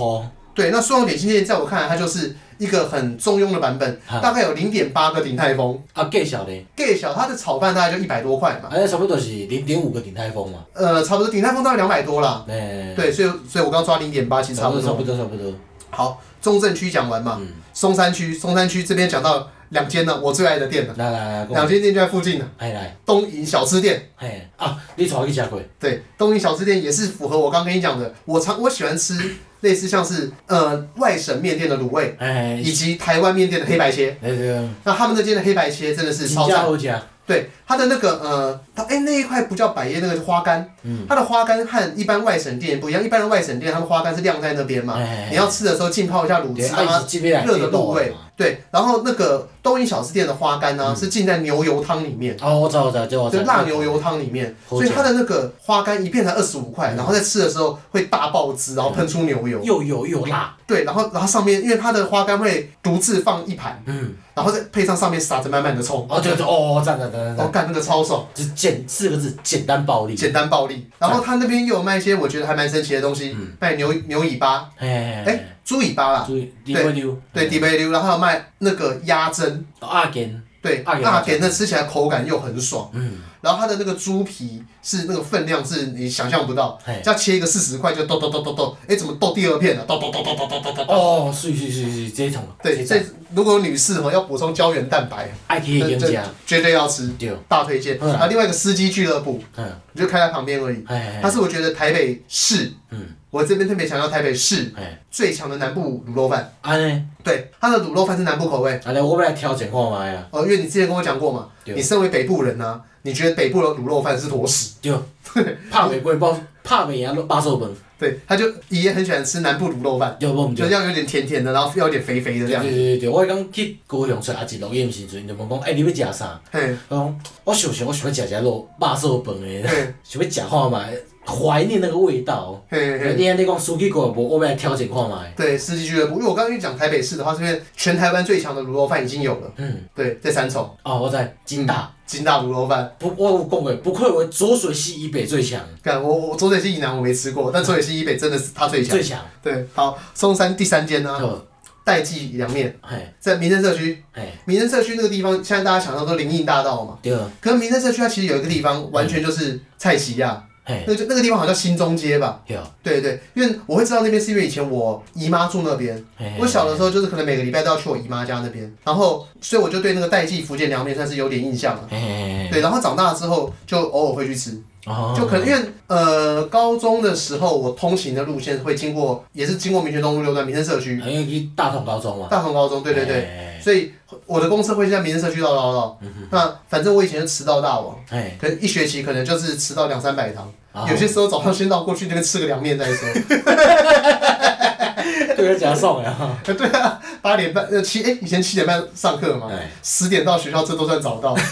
S1: 对，那苏杭点心店在我看来，它就是一个很中庸的版本，
S2: 哈
S1: 大概有零点八个鼎泰丰，
S2: 啊，介绍呢，
S1: 盖小它的炒饭大概就一百多块嘛，
S2: 啊，差不多是零点五个鼎泰丰嘛，
S1: 呃，差不多鼎泰丰大概两百多啦。
S2: 诶，
S1: 啊对，所以所以我刚抓零点八，其实差
S2: 差
S1: 不
S2: 不多，差
S1: 多。
S2: 不多，差不多，
S1: 好，中正区讲完嘛，
S2: 嗯，
S1: 松山区，松山区这边讲到两间呢，我最爱的店了，
S2: 来来来，
S1: 两
S2: 讲，
S1: 间店就在附近呢，
S2: 嘿来，
S1: 东营小吃店。
S2: 嘿，啊，你带我去食过，
S1: 对，东营小吃店也是符合我刚跟你讲的，我常我喜欢吃类似像是呃外省面店的卤味，
S2: 哎，
S1: 以及台湾面店的黑白切。
S2: 那个
S1: 那他们那间的黑白切真的是
S2: 真
S1: 超
S2: 正
S1: 赞，
S2: 好食，
S1: 对它的那个呃，它哎、那一块不叫百叶，那个是花干，
S2: 嗯
S1: 它的花干和一般外省店不一样，一般的外省店他们花干是晾在那边嘛，
S2: 哎
S1: 你要吃的时候浸泡一下卤汁，
S2: 对，
S1: 让它
S2: 啊，这边
S1: 热的入味，对，然后那个东营小吃店的花干呢、是浸在牛油汤里面，
S2: 嗯哦，我知道，我知道，就我知
S1: 就
S2: 道，
S1: 辣牛油汤里面，
S2: 好
S1: 所以
S2: 吃
S1: 它的那个花干一片才二十五块，
S2: 嗯
S1: 然后在吃的时候会大爆汁，然后喷出牛油，
S2: 又油又辣，
S1: 对，然后然后上面因为它的花干会独自放一盘，
S2: 嗯，
S1: 然后再配上上面撒着满满的葱，
S2: 哦，对对，哦，赞赞赞赞
S1: 我
S2: 赞，
S1: 干那个超爽。
S2: 就简四个字，简单暴力，
S1: 简单暴力。然后他那边又有卖一些我觉得还蛮神奇的东西，
S2: 嗯
S1: 卖牛牛尾巴，
S2: 哎
S1: 哎、，猪尾巴啦，
S2: 注意，你会溜，
S1: 对，底背溜，然后还有卖那个鸭胗，
S2: 阿根，
S1: 对，
S2: 啊
S1: 那点的吃起来口感又很爽。
S2: 嗯，
S1: 然后它的那个猪皮是那个分量是你想象不到，
S2: 嘿，
S1: 要切一个四十块就剁剁剁剁剁，哎，怎么剁第二片了？剁剁剁剁剁剁剁剁剁。
S2: 哦，是是是是，这一桶，
S1: 对，
S2: 这
S1: 这如果有女士哦要补充胶原蛋白，
S2: 爱去
S1: 这
S2: 人
S1: 这
S2: 家，
S1: 绝对要吃，
S2: 啊对，
S1: 大推荐。
S2: 嗯
S1: 然后另外一个司机俱乐部，
S2: 嗯，
S1: 你就开在旁边而已。
S2: 哎，
S1: 它是我觉得台北市，
S2: 嗯，
S1: 我这边特别强调台北市
S2: 哎，
S1: 最强的南部卤肉饭。
S2: 安尼，
S1: 对，它的卤肉饭是南部口味。
S2: 安啊尼，我要来挑战看卖啊，
S1: 哦，因为你之前跟我讲过嘛，
S2: 对
S1: 你身为北部人呐、啊，你觉得北部的卤肉饭是坨屎？
S2: 拍袂过包，拍袂赢巴手饭，
S1: 对，他就也很喜欢吃南部卤肉饭，
S2: 对无毋
S1: 就是
S2: 对？
S1: 要有点甜甜的，然后要有点肥肥的
S2: 对
S1: 这样
S2: 对。对对，我讲去高雄找阿吉录音时阵，就问讲，哎，你要食啥？
S1: 嘿，
S2: 我讲，我想想，我想要食只肉肉手饭的，
S1: 嘿，
S2: 想要食看卖，怀念那个味道。
S1: 嘿，嘿。
S2: 你安尼讲输去过无？我要来挑战看卖。
S1: 对，司机俱乐部，因为我刚刚跟你讲台北市的话，这边全台湾最强的卤肉饭已经有了。
S2: 嗯，
S1: 对，在三重
S2: 哦，我知，金大，
S1: 金大卤肉饭，
S2: 不，我有讲过，不愧为浊水溪以北最强，
S1: 干我我左水溪以南我没吃过，但左水溪以北真的是它最强啊
S2: 最。强。
S1: 对，好，松山第三间呢、
S2: 哦，
S1: 代记凉面，
S2: 嘿，
S1: 在民生社区。
S2: 嘿，
S1: 民生社区那个地方，现在大家想到都林荫大道嘛。
S2: 对，
S1: 可是民生社区它其实有一个地方，完全就是菜奇亚，
S2: 嘿，
S1: 那个那个地方好像新中街吧？
S2: 对，
S1: 对对，因为我会知道那边是因为以前我姨妈住那边，
S2: 嘿
S1: 我小的时候就是可能每个礼拜都要去我姨妈家那边，然后所以我就对那个代记福建凉面算是有点印象了。
S2: 嘿嘿，嘿
S1: 对，然后长大之后就偶尔会去吃，
S2: 哎哦
S1: 就可能因为呃高中的时候我通行的路线会经过，也是经过民权东路六段民生社区、
S2: 因为去大同高中嘛。
S1: 大同高中，对对对，
S2: 对，
S1: 所以我的公司会在民生社区绕绕绕。那反正我以前就迟到大王，
S2: 嘿，
S1: 可能一学期可能就是迟到两三百堂，
S2: 啊
S1: 有些时候早上先到过去那边吃个凉面再说。
S2: 对要加送呀。
S1: 对 啊，八点半呃七哎、以前七点半上课嘛，
S2: 哎，
S1: 十点到学校这都算早到。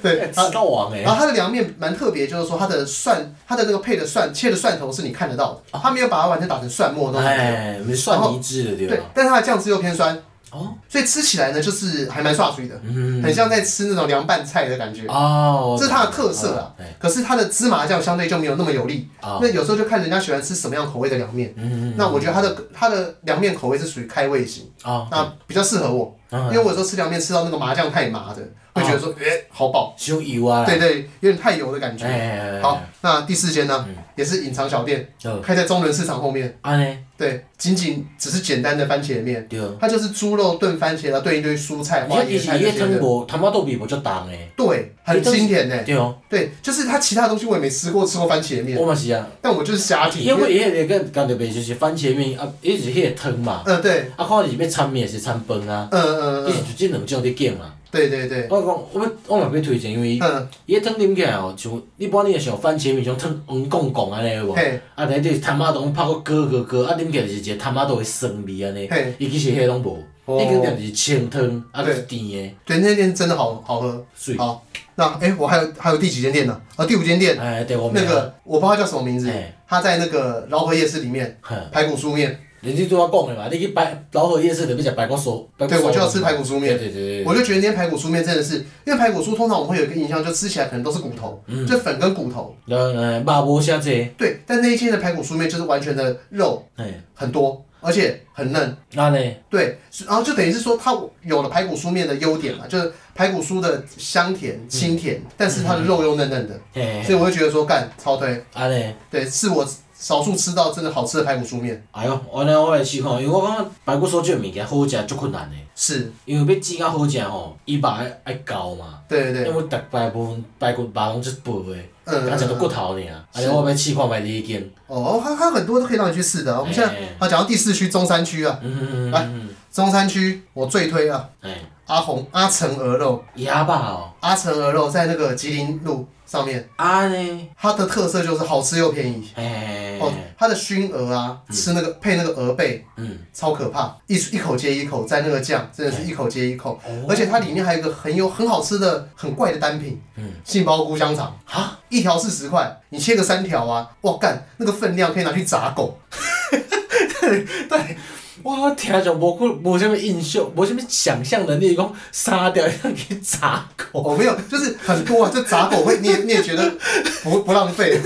S1: 对，
S2: 知
S1: 啊
S2: 道王哎
S1: 然，后它的凉面蛮特别，就是说它的蒜，它的那个配的蒜切的蒜头是你看得到的，它没有把它完全打成蒜末的东西。
S2: 哦哎，没算泥制的对
S1: 对
S2: 吧？，
S1: 但是它的酱汁又偏酸，
S2: 哦，
S1: 所以吃起来呢就是还蛮爽脆的，
S2: 嗯，
S1: 很像在吃那种凉拌菜的感觉。
S2: 哦，
S1: 这是它的特色啦
S2: 啊。哎，
S1: 可是它的芝麻酱相对就没有那么有力，
S2: 啊，
S1: 那有时候就看人家喜欢吃什么样口味的凉面。
S2: 嗯，
S1: 那我觉得它的它的凉面口味是属于开胃型，
S2: 啊，
S1: 那比较适合我，因
S2: 因
S1: 为我有时候吃凉面吃到那个麻酱太麻的，会觉得说，哎，好饱，
S2: 修油啊，
S1: 对对，有点太油的感觉。
S2: 嗯哎，
S1: 好，那第四间呢
S2: 嗯，
S1: 也是隐藏小店，
S2: 就
S1: 开在中仑市场后面，
S2: 安尼
S1: 对，仅仅只是简单的番茄面，
S2: 对。
S1: 它就是猪肉炖番茄，然后炖一堆蔬菜、花
S2: 嗯你
S1: 椰
S2: 其
S1: 菜
S2: 实
S1: 这
S2: 迄
S1: 些
S2: 汤
S1: 的，
S2: 无，他妈豆皮无足重诶，
S1: 对，很经典呢。
S2: 对哦，
S1: 对，就是它其他东西我也没吃过，吃过番茄面，
S2: 我嘛是啊，
S1: 但我就是瞎听。
S2: 因为伊迄个干特别就是番茄面啊，伊是迄个汤嘛，
S1: 呃，对，
S2: 啊，看是要掺面还是掺饭啊，
S1: 呃呃呃，
S2: 伊是就即两种伫拣啊。
S1: 对对对，
S2: 我讲，我要我嘛要推荐，因为
S1: 嗯，
S2: 伊迄汤啉起来哦，像一般你会想番茄面像汤黄公公安尼有无？
S1: 嘿，
S2: 啊，内底汤仔拢泡到哥哥哥，啊，啉起来就是一个汤仔都的酸味安尼
S1: 嘿，
S2: 伊其实迄拢无，
S1: 哦
S2: 伊肯定是清汤，啊，
S1: 对
S2: 是甜诶，
S1: 对，那间真的好好喝。
S2: 水。
S1: 好，那哎，我还有还有第几间店呢？啊，第五间店，
S2: 哎，对，我
S1: 那
S2: 明啊，
S1: 个我不知道它叫什么名字
S2: 哎，嗯
S1: 它在那个饶河夜市里面，
S2: 哼，
S1: 排骨酥面，
S2: 人家对我讲的嘛，你去白老河夜市就要食排骨酥，排骨
S1: 对
S2: 酥
S1: 我就要吃排骨酥面。
S2: 对对对对，
S1: 我就觉得那间排骨酥面真的是，因为排骨酥通常我们会有一个印象，就吃起来可能都是骨头，
S2: 嗯
S1: 就粉跟骨头。
S2: 然后呃，肉无啥济，
S1: 对，但那一间的排骨酥面就是完全的肉
S2: 嘿，
S1: 很多，而且很嫩。
S2: 那呢？
S1: 对，然后就等于是说，它有了排骨酥面的优点嘛，就是排骨酥的香甜、清
S2: 嗯
S1: 甜，但是它的肉又嫩嫩的，
S2: 嘿，
S1: 所以我就觉得说，干超推，
S2: 安尼，
S1: 对，是我少数吃到真的好吃的排骨酥面，
S2: 哎哟，安尼我来试看，因为我感觉排骨酥这个物件好食足困难的，
S1: 是，
S2: 因为要煎到好食吼，伊肉爱爱厚嘛，
S1: 对
S2: 因
S1: 对
S2: 为
S1: 对，
S2: 我逐排部分排骨肉拢足薄的，
S1: 嗯，
S2: 敢食到
S1: 嗯
S2: 骨头尔，安尼
S1: 是
S2: 我要试看觅你迄间，
S1: 哦，它它很多都可以让你去试的啊。我们现在
S2: 哎
S1: 好讲到第四区中山区啊，
S2: 嗯嗯嗯
S1: 来
S2: 嗯，
S1: 中山区我最推啊，
S2: 哎，
S1: 阿红阿成鹅肉，
S2: 鸭肉哦，
S1: 阿成鹅肉在那个吉林路上面，
S2: 安尼，
S1: 它的特色就是好吃又便宜。
S2: 嘿，
S1: 哦，它的熏鹅啊，吃那个配那个鹅背，
S2: 嗯，
S1: 超可怕，一一口接一口，蘸那个酱，真的是一口接一口。
S2: 哦
S1: 而且它里面还有一个很有很好吃的、很怪的单品，
S2: 嗯
S1: 杏鲍菇香肠，
S2: 哈，
S1: 一条四十块，你切个三条啊，哇干，那个分量可以拿去砸狗。
S2: 我听着无过无啥物印象，无啥物想象能力，讲杀掉让去炸狗，
S1: 哦，没有，就是很多啊，就砸狗会，你也你也觉得不不浪费。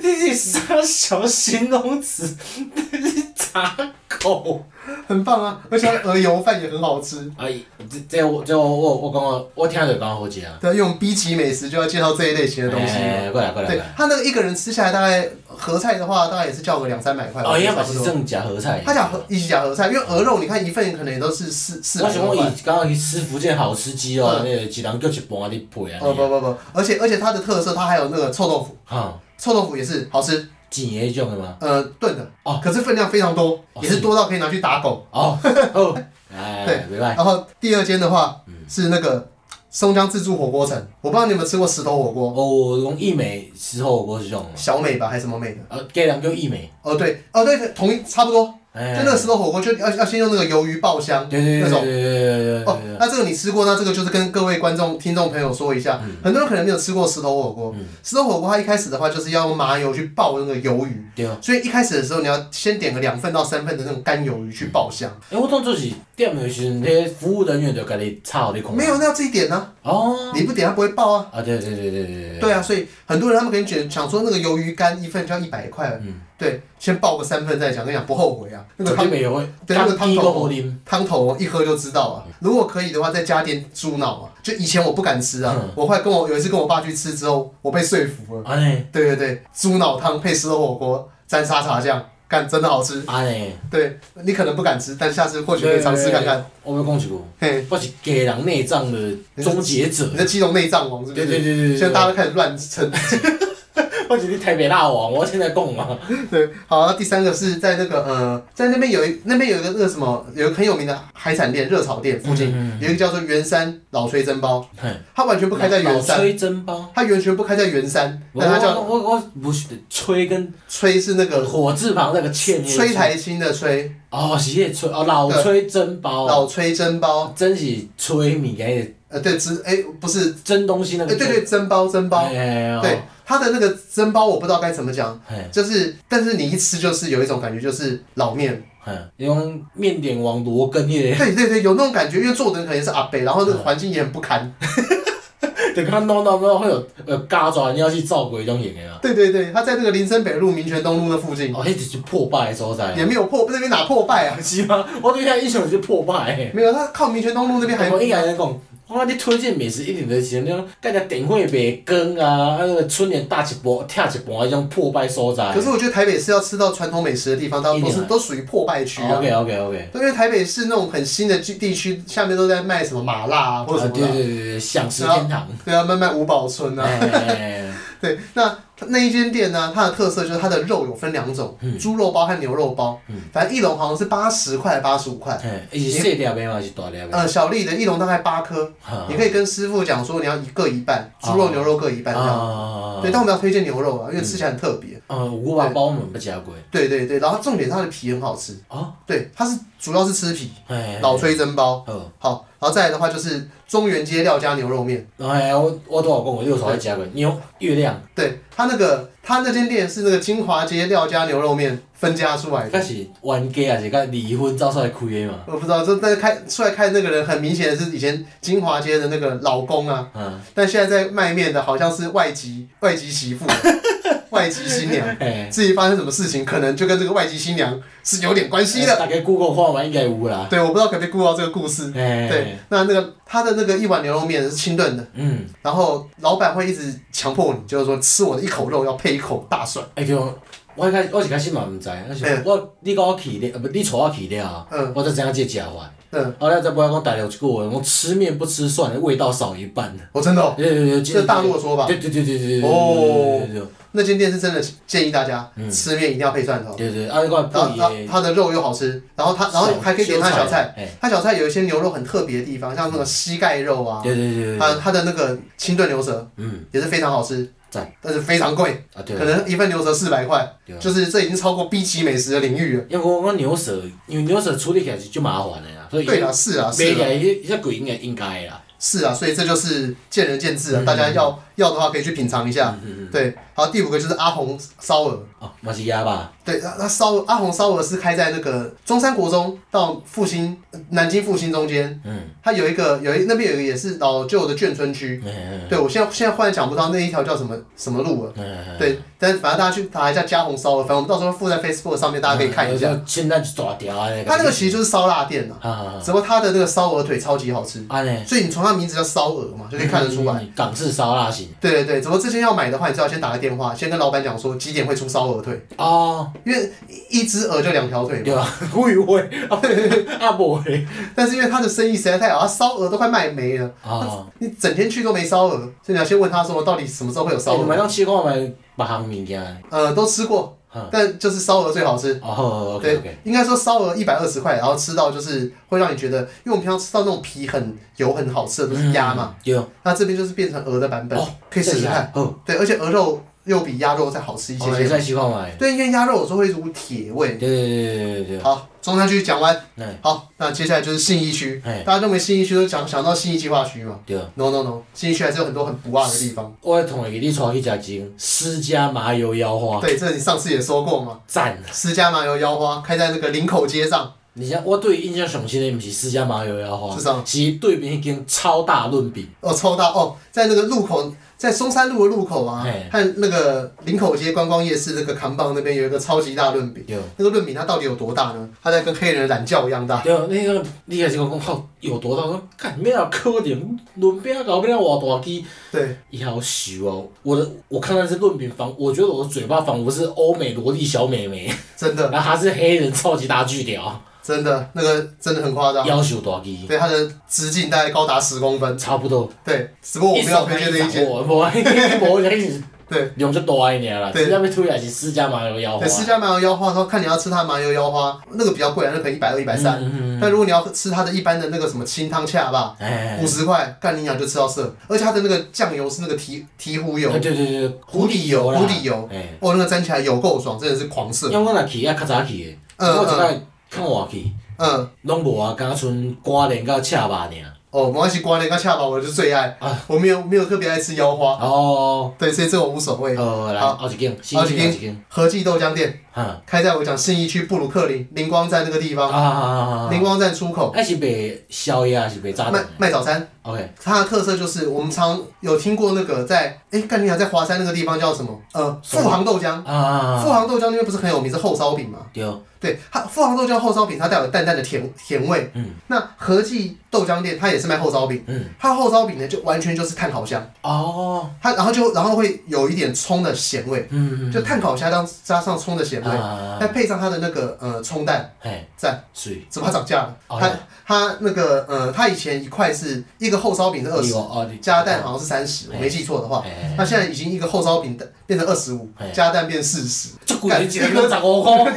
S2: 这是啥小形容词？这是炸狗。
S1: 很棒啊，而且它的鹅油饭也很好吃。
S2: 啊，这这我这我我我感觉我听着感觉好食啊。
S1: 对，用 B 级美食就要介绍这一类型的东西。
S2: 哎过来过来过
S1: 对
S2: 来。
S1: 他那个一个人吃下来，大概合菜的话，大概也是叫个两三百块。
S2: 哦，伊
S1: 也
S2: 嘛是正食合菜。
S1: 他讲合，一起讲合菜，因为鹅肉你看一份可能也都是四四
S2: 我
S1: 百
S2: 想
S1: 多
S2: 讲
S1: 块。
S2: 伊刚刚去吃福建好吃鸡哦，
S1: 嗯
S2: 那个一人叫一半咧配啊。
S1: 哦不不不，而且而且它的特色，它还有那个臭豆腐，
S2: 哈，
S1: 臭豆腐也是好吃，
S2: 甜的迄种的嘛。
S1: 呃，炖的，
S2: 哦
S1: 可是分量非常多，
S2: 哦
S1: 也是多到可以拿去打狗。
S2: 哦， 好，哎，嗯袂歹。
S1: 然后第二间的话是那个松江自助火锅城，我不知道你有没有吃过石头火锅，
S2: 哦，讲意美时候我是种嘛，
S1: 小美吧还是什么美的？
S2: 啊，家人叫意美。
S1: 哦对，哦对，同一差不多，
S2: 哎
S1: 就那个石头火锅，就要要先用那个鱿鱼爆香
S2: 对对
S1: 那
S2: 对对
S1: 种。
S2: 对对对
S1: 哦，那这个你吃过，那这个就是跟各位观众、听众朋友说一下，
S2: 嗯
S1: 很多人可能没有吃过石头火锅。石头火锅它一开始的话就是要用麻油去爆那个鱿鱼，
S2: 对。
S1: 所以一开始的时候你要先点个两份到三份的那种干鱿鱼去爆香。
S2: 哎，我当初是点的时阵，迄服务人员就甲你插互你看。
S1: 没有，那要自己点呢、
S2: 哦。
S1: 你不点它不会爆啊。
S2: 啊，对对对对对对。
S1: 对啊，所以很多人他们可能觉得想说那个鱿鱼干一份就要一百块，
S2: 嗯
S1: 对，先爆个三份再讲，跟你讲不后悔啊。那个
S2: 绝
S1: 汤
S2: 对袂会，
S1: 对那个汤头
S2: 都无啉。
S1: 汤头一喝就知道啊。如果可以的话，再加点猪脑啊。就以前我不敢吃啊，
S2: 嗯
S1: 我后来跟我有一次跟我爸去吃之后，我被说服了。
S2: 安尼，
S1: 对对对，猪脑汤配石头火锅，沾沙茶酱，干真的好吃。
S2: 安尼，
S1: 对你可能不敢吃，但下次或许可以尝试看看。
S2: 我要讲一句，
S1: 嘿，
S2: 我是家人内脏的终结者
S1: 你。的基隆内脏王是不
S2: 对
S1: 是？
S2: 对对对对，
S1: 现在大家都开始乱称。
S2: 我是你台北大王，我现在讲嘛。
S1: 对，好，那第三个是在那个呃，在那边有一那边有一个那个什么，有一个很有名的海产店热炒店附近，
S2: 嗯
S1: 有一个叫做圆山老炊蒸包，
S2: 嘿
S1: 它完全不开在圆山
S2: 老。哦吹蒸包，
S1: 它完全不开在圆山，
S2: 我
S1: 但它
S2: 我
S1: 叫
S2: 我我不是吹跟
S1: 吹是那个
S2: 火字旁那个欠那个
S1: 吹台青的吹，
S2: 哦，是迄吹哦，老吹蒸包，
S1: 老吹蒸包，
S2: 真是吹物件那个
S1: 呃，对，蒸哎、不是，
S2: 蒸东西那
S1: 哎、
S2: 个
S1: 对对，蒸包蒸包，
S2: 哎
S1: 对，它的那个蒸包我不知道该怎么讲，
S2: 嘿
S1: 就是，但是你一吃就是有一种感觉，就是老面，
S2: 嘿，你讲面点王罗根迄
S1: 对对对，有那种感觉，因为做的人可能是阿北，然后那个环境也很不堪，
S2: 个，就看 no no no 会有呃有嘎爪，你要去照鬼种型的啊。
S1: 对对对，它在那个林森北路、民权东路那附近，
S2: 哦，迄就是破败的所在啊。
S1: 也没有破，那边哪破败啊？
S2: 是吗？我对遐印象是破败的。
S1: 没有，它靠民权东路那边还
S2: 我应该安尼讲，我你推荐美食一定就是像那种干只电火袂光啊，啊那个春联搭一半、拆一半迄种破败所在。
S1: 可是我觉得台北市要吃到传统美食的地方，它
S2: 哎一
S1: 都
S2: 定
S1: 是
S2: 啊哦
S1: 都属于破败区啊。
S2: OK OK OK。
S1: 对因为台北市那种很新的地区，下面都在卖什么麻辣啊，或者
S2: 啊
S1: 什
S2: 对
S1: 么的啊，
S2: 对对对，享食天堂。
S1: 对啊，卖卖五宝村啊。
S2: 哎，
S1: 对，那那一间店呢，它的特色就是它的肉有分两种，
S2: 嗯
S1: 猪肉包和牛肉包。反正一笼好像是八十块、八十五块。
S2: 嘿伊是细粒的嘛，还是大粒的？
S1: 呃，小粒的一笼大概八颗，
S2: 哈
S1: 你可以跟师傅讲说你要一个一半，猪肉、
S2: 哦
S1: 牛肉各一半这样。
S2: 啊
S1: 对，但我们要推荐牛肉啊，因为吃起来很特别。
S2: 呃，五把包我们不食过。
S1: 对对对，然后重点是它的皮很好吃。
S2: 哦，
S1: 对，它是主要是吃皮，
S2: 哎，
S1: 老炊蒸包。
S2: 好。
S1: 好，然后再来的话就是中原街廖家牛肉面。
S2: 哎，我我都有讲过，你有少去食过牛月亮，
S1: 对他那个，他那间店是那个金华街廖家牛肉面分家出来
S2: 那
S1: 的，
S2: 是冤家还是甲离婚走出来开的嘛？
S1: 我不知道，这但是开出来开的那个人很明显是以前金华街的那个老公啊，
S2: 嗯，
S1: 但现在在卖面的好像是外籍外籍媳妇，外籍新娘，
S2: 嘿，
S1: 自己发生什么事情，可能就跟这个外籍新娘是有点关系的。
S2: 大概 Google 看完应该有啦。
S1: 对，我不知道可不可以顾到这个故事。
S2: 哎，
S1: 对，，那那个他的那个一碗牛肉面是清炖的，
S2: 嗯，
S1: 然后老板会一直强迫你，就是说吃我的一口肉要配一口大蒜。
S2: 哎对，我一开我一开始嘛毋知，我
S1: 嘿
S2: 想我你甲我去了，啊不，你带我去了，
S1: 嗯
S2: 我才知影这食法。
S1: 嗯，
S2: 后来才不要讲大陆一句话，讲吃面不吃蒜，味道少一半。
S1: 我真的、哦，
S2: 对对对，
S1: 这是大陆的说法。
S2: 对对对对对对对
S1: 哦
S2: 对
S1: 那间店是真的建议大家、
S2: 嗯
S1: 吃面一定要配蒜头，
S2: 对对，啊，你看
S1: 然后
S2: 不
S1: 它
S2: 也，
S1: 它的肉又好吃，然后它然后还可以点它的小菜，，
S2: 哎，
S1: 它小菜有一些牛肉很特别的地方，像那个膝盖肉啊，
S2: 嗯对对对对
S1: 它
S2: 对，
S1: 它的那个清炖牛舌
S2: 嗯，
S1: 也是非常好吃
S2: 赞，
S1: 但是非常贵，
S2: 啊对
S1: 可。能一份牛舌四百块，
S2: 对啊
S1: 就是这已经超过 B 级美食的领域了。
S2: 因为我讲牛舌，因为牛舌处理起来是就麻烦的啦，所以
S1: 对啦，是啦，
S2: 买
S1: 是啊
S2: 起
S1: 啦，
S2: 来迄遐贵应该应该的啦。
S1: 是啊啦，所以这就是见仁见智了，啊
S2: 嗯
S1: 大家要要的话可以去品尝一下。
S2: 嗯嗯嗯。
S1: 对，好，第五个就是阿红烧鹅，
S2: 哦，嘛是鸭吧？
S1: 对，那那烧阿红烧鹅是开在那个中山国中到复兴呃南京复兴中间，
S2: 嗯。
S1: 它有一个有一那边有一个也是老旧的眷村区，
S2: 嗯
S1: 对我现在现在忽然想不到那一条叫什么什么路了。
S2: 嗯。
S1: 对，但是反正大家去查一下加红烧鹅，反正我们到时候附在 Facebook 上面，大家
S2: 嗯
S1: 可以看一下。。
S2: 现在就大条的。
S1: 它那个其实就是烧腊店呐、
S2: 啊啊
S1: 啊，只不过它的那个烧鹅腿超级好吃，
S2: 啊！呢，
S1: 所以你从它名字叫烧鹅嘛，就可以看得出来。。
S2: 港式烧腊型。
S1: 对对对，只不过之前要买的话，你就要先打个电话，先跟老板讲说几点会出烧鹅腿，
S2: 哦，
S1: 因为一一只鹅就两条腿嘛。
S2: 对啊，我以为啊啊无嘞。
S1: 但是因为他的生意实在太好，他烧鹅都快卖没了，
S2: 啊。
S1: 你整天去都没烧鹅，所以你要先问他说到底什么时候会有烧
S2: 哎你们
S1: 鹅。
S2: 当试看卖别项物件。
S1: 呃，都吃过，
S2: 嗯。
S1: 但就是烧鹅最好吃。
S2: 哦，OK
S1: 对
S2: OK。，
S1: 应该说烧鹅一百二十块，然后吃到就是会让你觉得，因为我们平常吃到那种皮很油很好吃的都是鸭嘛，。
S2: 嗯对。
S1: 那这边就是变成鹅的版本，
S2: 哦，哦
S1: 可以试试看。。
S2: 好，
S1: 对，而且鹅肉又比鸭肉再好吃一
S2: 我
S1: 些
S2: 来
S1: 些。
S2: 再试看卖。
S1: 对，因为鸭肉有时候会有一股铁味。
S2: 对对对对对对。
S1: 好，中山区讲完，
S2: 哎
S1: 好，那接下来就是信义区。
S2: 哎，
S1: 大家认为信义区都讲想到信义计划区嘛
S2: 对。
S1: ？No No No，信义区还是有很多很不二的地方。
S2: 我的同学你带去食间私家麻油腰花，
S1: 对，这你上次也说过嘛，
S2: 赞！
S1: 私家麻油腰花开在那个林口街上，
S2: 而且我对伊印象上深的，毋是私家麻油腰花，
S1: 是啥
S2: 是对面迄间超大润饼，
S1: 哦，抽到哦，在那个路口，在松山路的路口啊
S2: 嘿，
S1: 和那个林口街观光夜市那个扛棒那边有一个超级大论饼。
S2: 对。
S1: 那个论饼它到底有多大呢？它在跟黑人的懒觉一样大。
S2: 对，那个你开始讲讲靠有多大，我说干咩啊可能润饼啊搞不了偌大支，
S1: 对，
S2: 伊好熟哦！我的我看到这润饼仿，我觉得我的嘴巴仿佛是欧美萝莉小 美眉，
S1: 真的
S2: 然后她是黑人超级大巨屌，
S1: 真的那个真的很夸张。
S2: 要求大支，
S1: 对，它的直径大概高达十公分。
S2: 差不多。
S1: 对，只不过我们要推荐那一间。
S2: 我无，无那是
S1: 对
S2: 用就大一点啦，
S1: 对
S2: 私家要推也是私家麻油腰花。
S1: 对，私家麻油腰花的话，看你要吃它麻油腰花，那个比较贵啊，那可能一百二、一百三。
S2: 嗯，嗯
S1: 但如果你要吃它的一般的那个什么清汤恰吧，
S2: 哎，
S1: 五十块，干你娘就吃到涩。而且它的那个酱油是那个提提壶油
S2: 哎，对对对，
S1: 湖底油啦
S2: 湖底油，哎，
S1: 哦，那个沾起来有够爽，真的是狂
S2: 因
S1: 射。
S2: 为我若去啊较早去的，
S1: 嗯
S2: 我一摆看我去，
S1: 嗯，
S2: 拢无啊，敢剩瓜莲到赤巴尔。
S1: 哦，没关系，瓜莲跟恰巴我就是最爱，
S2: 啊
S1: 我没有没有特别爱吃腰花，
S2: 哦，
S1: 对，所以这我无所谓。
S2: 呃，来
S1: 好
S2: 后一间，新
S1: 后一
S2: 间
S1: 间
S2: 后一间，
S1: 和记豆浆店
S2: 哈，
S1: 开在我讲信义区布鲁克林灵光站那个地
S2: 啊
S1: 方，
S2: 啊啊啊
S1: 灵
S2: 啊！
S1: 光站出口
S2: 哎是卖宵夜还是卖早
S1: 卖
S2: 餐
S1: 卖早餐，
S2: ？OK，
S1: 它的特色就是我们常有听过那个在哎干你娘在华山那个地方叫什么？呃，
S2: 什么
S1: 富航豆浆，
S2: 啊啊，嗯
S1: 富
S2: 啊
S1: 航豆浆那边不是很有名是厚烧饼吗？
S2: 对，
S1: 对，它富航豆浆厚烧饼它带有淡淡的甜甜味，
S2: 嗯
S1: 那和记豆浆店它也是卖厚烧饼。
S2: 嗯，
S1: 它的厚烧饼呢，就完全就是炭烤虾，
S2: 哦，
S1: 它然后就然后会有一点葱的咸味，
S2: 嗯，嗯
S1: 就炭烤虾当加上葱的咸
S2: 啊
S1: 味，
S2: 啊，
S1: 再
S2: 啊
S1: 配上它的那个呃葱蛋，
S2: 嘿，
S1: 赞，
S2: 水。
S1: 怎么它涨价了？
S2: 哦
S1: 它它那个呃，它以前一块是一个厚烧饼是二十，
S2: 哦，你
S1: 加蛋好像是三十，我
S2: 哎
S1: 没记错的话，
S2: 哎
S1: 那现在已经一个厚烧饼的变成二十五
S2: 哎，
S1: 加蛋变四十，
S2: 这古 人一个人十五块，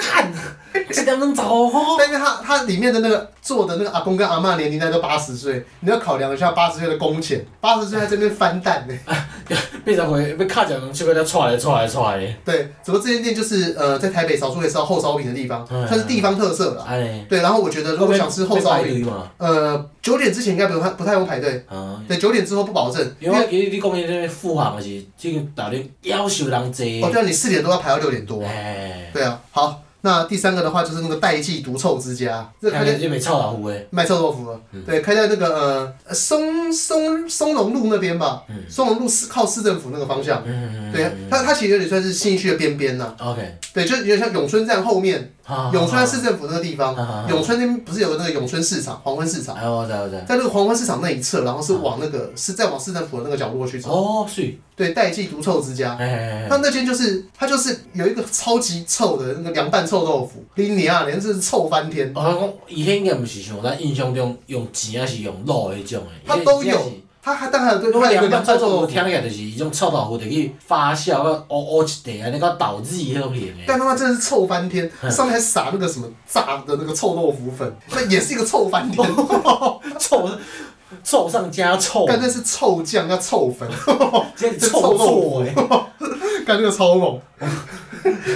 S2: 看，一个人十五块，
S1: 但因为它它里面的那个做的那个阿公跟阿嬷年龄大概都八十岁，你要考量一下八十岁的工钱，八十岁在这边翻 蛋呢、
S2: 八十块要卡一个人手要踹来踹来踹来，
S1: 对，只不过这间店就是呃，在台北少数也是要后烧饼的地方，
S2: 嗯
S1: 算是地方特色啦。
S2: 安尼。
S1: 对，然后我觉得如果想吃后烧
S2: 要排
S1: 饼，
S2: 队嘛，
S1: 呃，九点之前应该不太不太用排队，
S2: 啊，
S1: 对，九点之后不保证，因
S2: 因
S1: 为
S2: 为其实你讲的那个富航哦是这个大陆夭寿人
S1: 我
S2: 济，
S1: 觉得你四点多要排到六点多啊。
S2: 哎，
S1: 对啊，好，那第三个的话就是那个代记独臭之家，这开
S2: 看起
S1: 在
S2: 来就没臭豆腐诶，
S1: 卖臭豆腐了，
S2: 嗯
S1: 对，开在那个呃松松松隆路那边吧，松隆路是靠市政府那个方向，
S2: 嗯
S1: 对，它它其实有点算是信义区的边边呐，
S2: ，OK，
S1: 对，就有点像永春站后面，
S2: 好，
S1: 永春
S2: 好
S1: 市政府那个地方
S2: 好好好，
S1: 永春那边不是有那个永春市场、黄昏市场，
S2: 哎，我知道我知道，
S1: 在那个黄昏市场那一侧，然后是往那个是再往市政府的那个角落去走，
S2: 哦，水，
S1: 对，代记独臭之家
S2: 哎，哎哎
S1: 他那间就是他就是有一个超级臭的那个凉拌臭豆腐，你你啊，连真是臭翻天。
S2: 我讲伊迄应该毋是像咱印象中用钱还是用卤迄种诶，
S1: 它都有，它它当然有对，
S2: 我
S1: 它有
S2: 两
S1: 个凉
S2: 拌臭
S1: 拌
S2: 豆
S1: 臭
S2: 腐
S1: 豆
S2: 听
S1: 腐，
S2: 起来就是一种臭豆腐，就去发酵，到乌乌一地安尼到倒子迄种型
S1: 但
S2: 诶。
S1: 他妈真的是臭翻天，
S2: 嗯
S1: 上面还撒那个什么炸的那个臭豆腐粉，那也是一个臭翻天，
S2: 哦 臭臭上加臭，
S1: 但那是臭酱加臭粉，
S2: 这是臭豆诶。
S1: 干这个超猛，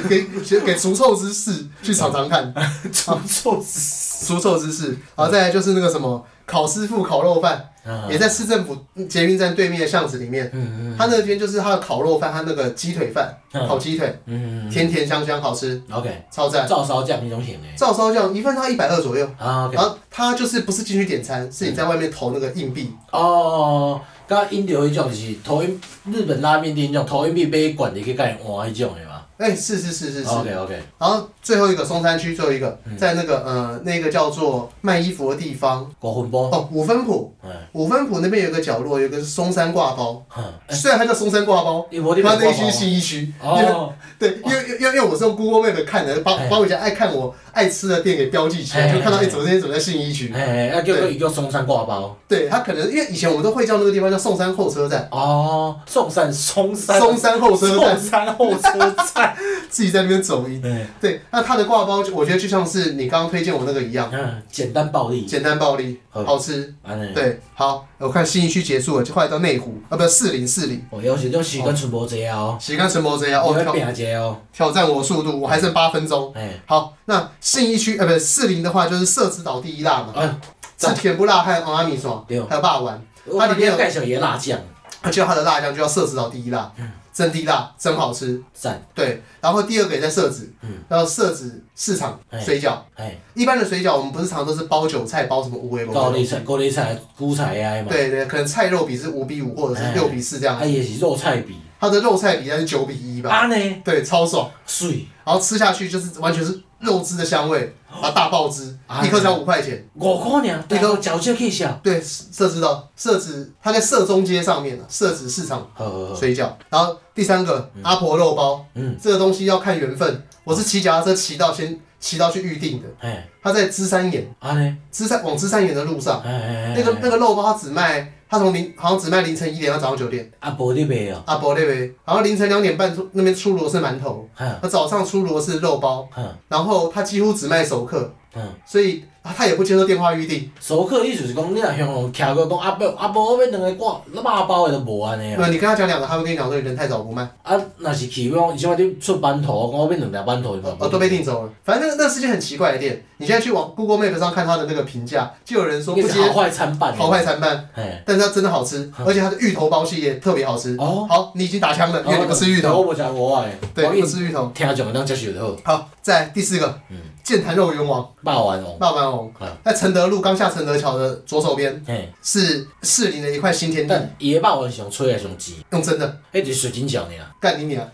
S1: 给给除臭之士去尝尝看，
S2: 臭臭死。
S1: 除臭之士，然后再来就是那个什么烤师傅烤肉饭，
S2: 啊
S1: 也在市政府捷运站对面的巷子里面，
S2: 嗯嗯
S1: 他那边就是他的烤肉饭，他那个鸡腿饭，
S2: 嗯
S1: 烤鸡腿，
S2: 嗯嗯
S1: 甜甜香香，好吃，
S2: ，OK，
S1: 超赞。
S2: 照烧酱迄种型诶。
S1: 照烧酱一份它一百二左右，
S2: 啊，OK，嗯
S1: 然后他就是不是进去点餐，是你在外面投那个硬币，
S2: 哦，甲因着迄种就是投因日本拉面店迄种投因币买罐入去甲伊换迄种诶嘛。
S1: 哎，是是是是是。
S2: OK 嗯 OK，
S1: 然后最后一个松山区最后一个，在那个呃那个叫做卖衣服的地方
S2: 五分包，
S1: 哦，五分埔，
S2: 嗯
S1: 五分埔那边有个角落，有个是松山挂包，
S2: 哼，
S1: 虽然它叫松山挂包。
S2: 伊无你
S1: 它
S2: 买
S1: 那一
S2: 挂
S1: 区
S2: 包啊
S1: 是信义区，因为
S2: 哦。
S1: 对，因为因为因为我是用 Google Map 看的，把
S2: 哎
S1: 把我以前爱看我爱吃的店给标记起来，
S2: 哎
S1: 就看到
S2: 哎
S1: 哎，怎么这些怎么在信义区，
S2: 哎，啊，叫做伊叫松山挂包。
S1: 对他可能因为以前我们都会叫那个地方叫松山后车站，
S2: 哦，松山松山
S1: 松山后车站
S2: 松，山后车 站。
S1: 自己在那边走音。
S2: 嗯
S1: 对，那他的挂包，就我觉得就像是你刚刚推荐我那个一样，
S2: 嗯，简单暴力。
S1: 简单暴力，
S2: 好
S1: 好吃。
S2: 安尼。
S1: 对，好，我看新一区结束了，就后来到内湖啊，不四零四零，
S2: 哦，要是种时间剩无济哦，
S1: 时间什么这样
S2: 你
S1: 哦，
S2: 要
S1: 挑
S2: 拼者哦。
S1: 挑战我速度，我还剩八分钟。
S2: 哎，
S1: 好，那信义区呃，不四零的话就是社子岛第一辣嘛，
S2: 啊，
S1: 是甜不辣和阿米爽
S2: 对，哦
S1: 还有霸丸，
S2: 我里面有介绍伊辣酱，
S1: 而且它的辣酱就叫社子岛第一辣，
S2: 嗯
S1: 真地辣，真好吃。
S2: 赞。
S1: 对，然后第二个也在社子，然后社子市场
S2: 嗯哎
S1: 水饺，
S2: 哎，
S1: 一般的水饺我们不是常都是包韭菜，包什么无为吗？
S2: 高丽菜、高丽菜、韭菜啊嘛。
S1: 哦对对，可能菜肉比是五比五或者是六比四这样，
S2: 啊，伊是肉菜比。
S1: 它的肉菜比它是九比一吧，
S2: 啊呢，
S1: 对，超爽。
S2: 水
S1: 然后吃下去就是完全是肉汁的香味，啊，大爆汁，
S2: 啊
S1: 一颗才五块钱。
S2: 五块尔，你都嚼这去笑。
S1: 对，社知道社子，它在社中街上面的社子市场
S2: 好好好，
S1: 水饺。然后第三个阿婆肉包，
S2: 嗯，
S1: 这个东西要看缘分，我是骑脚踏车骑到先骑到去预定的，
S2: 哎，
S1: 它在芝山岩，
S2: 安尼，
S1: 芝山往芝山岩的路上。
S2: 哎哎哎，
S1: 那个那个肉包它只卖，它从凌好像只卖凌晨一点到早上九点，
S2: 啊，无你卖哦，
S1: 阿伯那边，然后凌晨两点半出那边出炉的是馒头，
S2: 哈，
S1: 那早上出炉的是肉包，
S2: 哈，
S1: 然后它几乎只卖熟客，
S2: 嗯。
S1: 所以它也不接受电话预定，
S2: 熟客意思是讲，你若向人徛过讲啊伯啊伯，我要两个挂肉包的都无安尼
S1: 对
S2: 啊。
S1: 吧？你跟他讲两个，他会跟你讲说你人太早不卖，
S2: 啊，若是去讲，伊即摆你出馒头，讲我要两条馒头，
S1: 哦哦都被订走了。反正那个那个是件很奇怪的店，你现在去往 Google Map 上看它的那个评价，就有人说
S2: 你
S1: 不
S2: 是好
S1: 接
S2: 坏参半。
S1: 好坏。参半，
S2: 嘿，
S1: 但是它真的好吃，
S2: 嗯
S1: 而且它的芋头包系列特别好吃。
S2: 哦。
S1: 好，你已经打枪了，因为你不吃芋
S2: 我
S1: 头，
S2: 无食我诶。
S1: 对，
S2: 我
S1: 你
S2: 一
S1: 不吃芋头。
S2: 听上当接受就好。
S1: 好，再来第四个
S2: 嗯，
S1: 健谈肉圆王。
S2: 肉丸王。
S1: 霸王龙
S2: 嗯，
S1: 在承德路刚下承德桥的左手边
S2: 嘿，
S1: 是士林的一块新天地，
S2: 但伊诶肉丸上脆诶上甜，
S1: 用真的
S2: 迄就是水晶饺尔。
S1: 干你娘，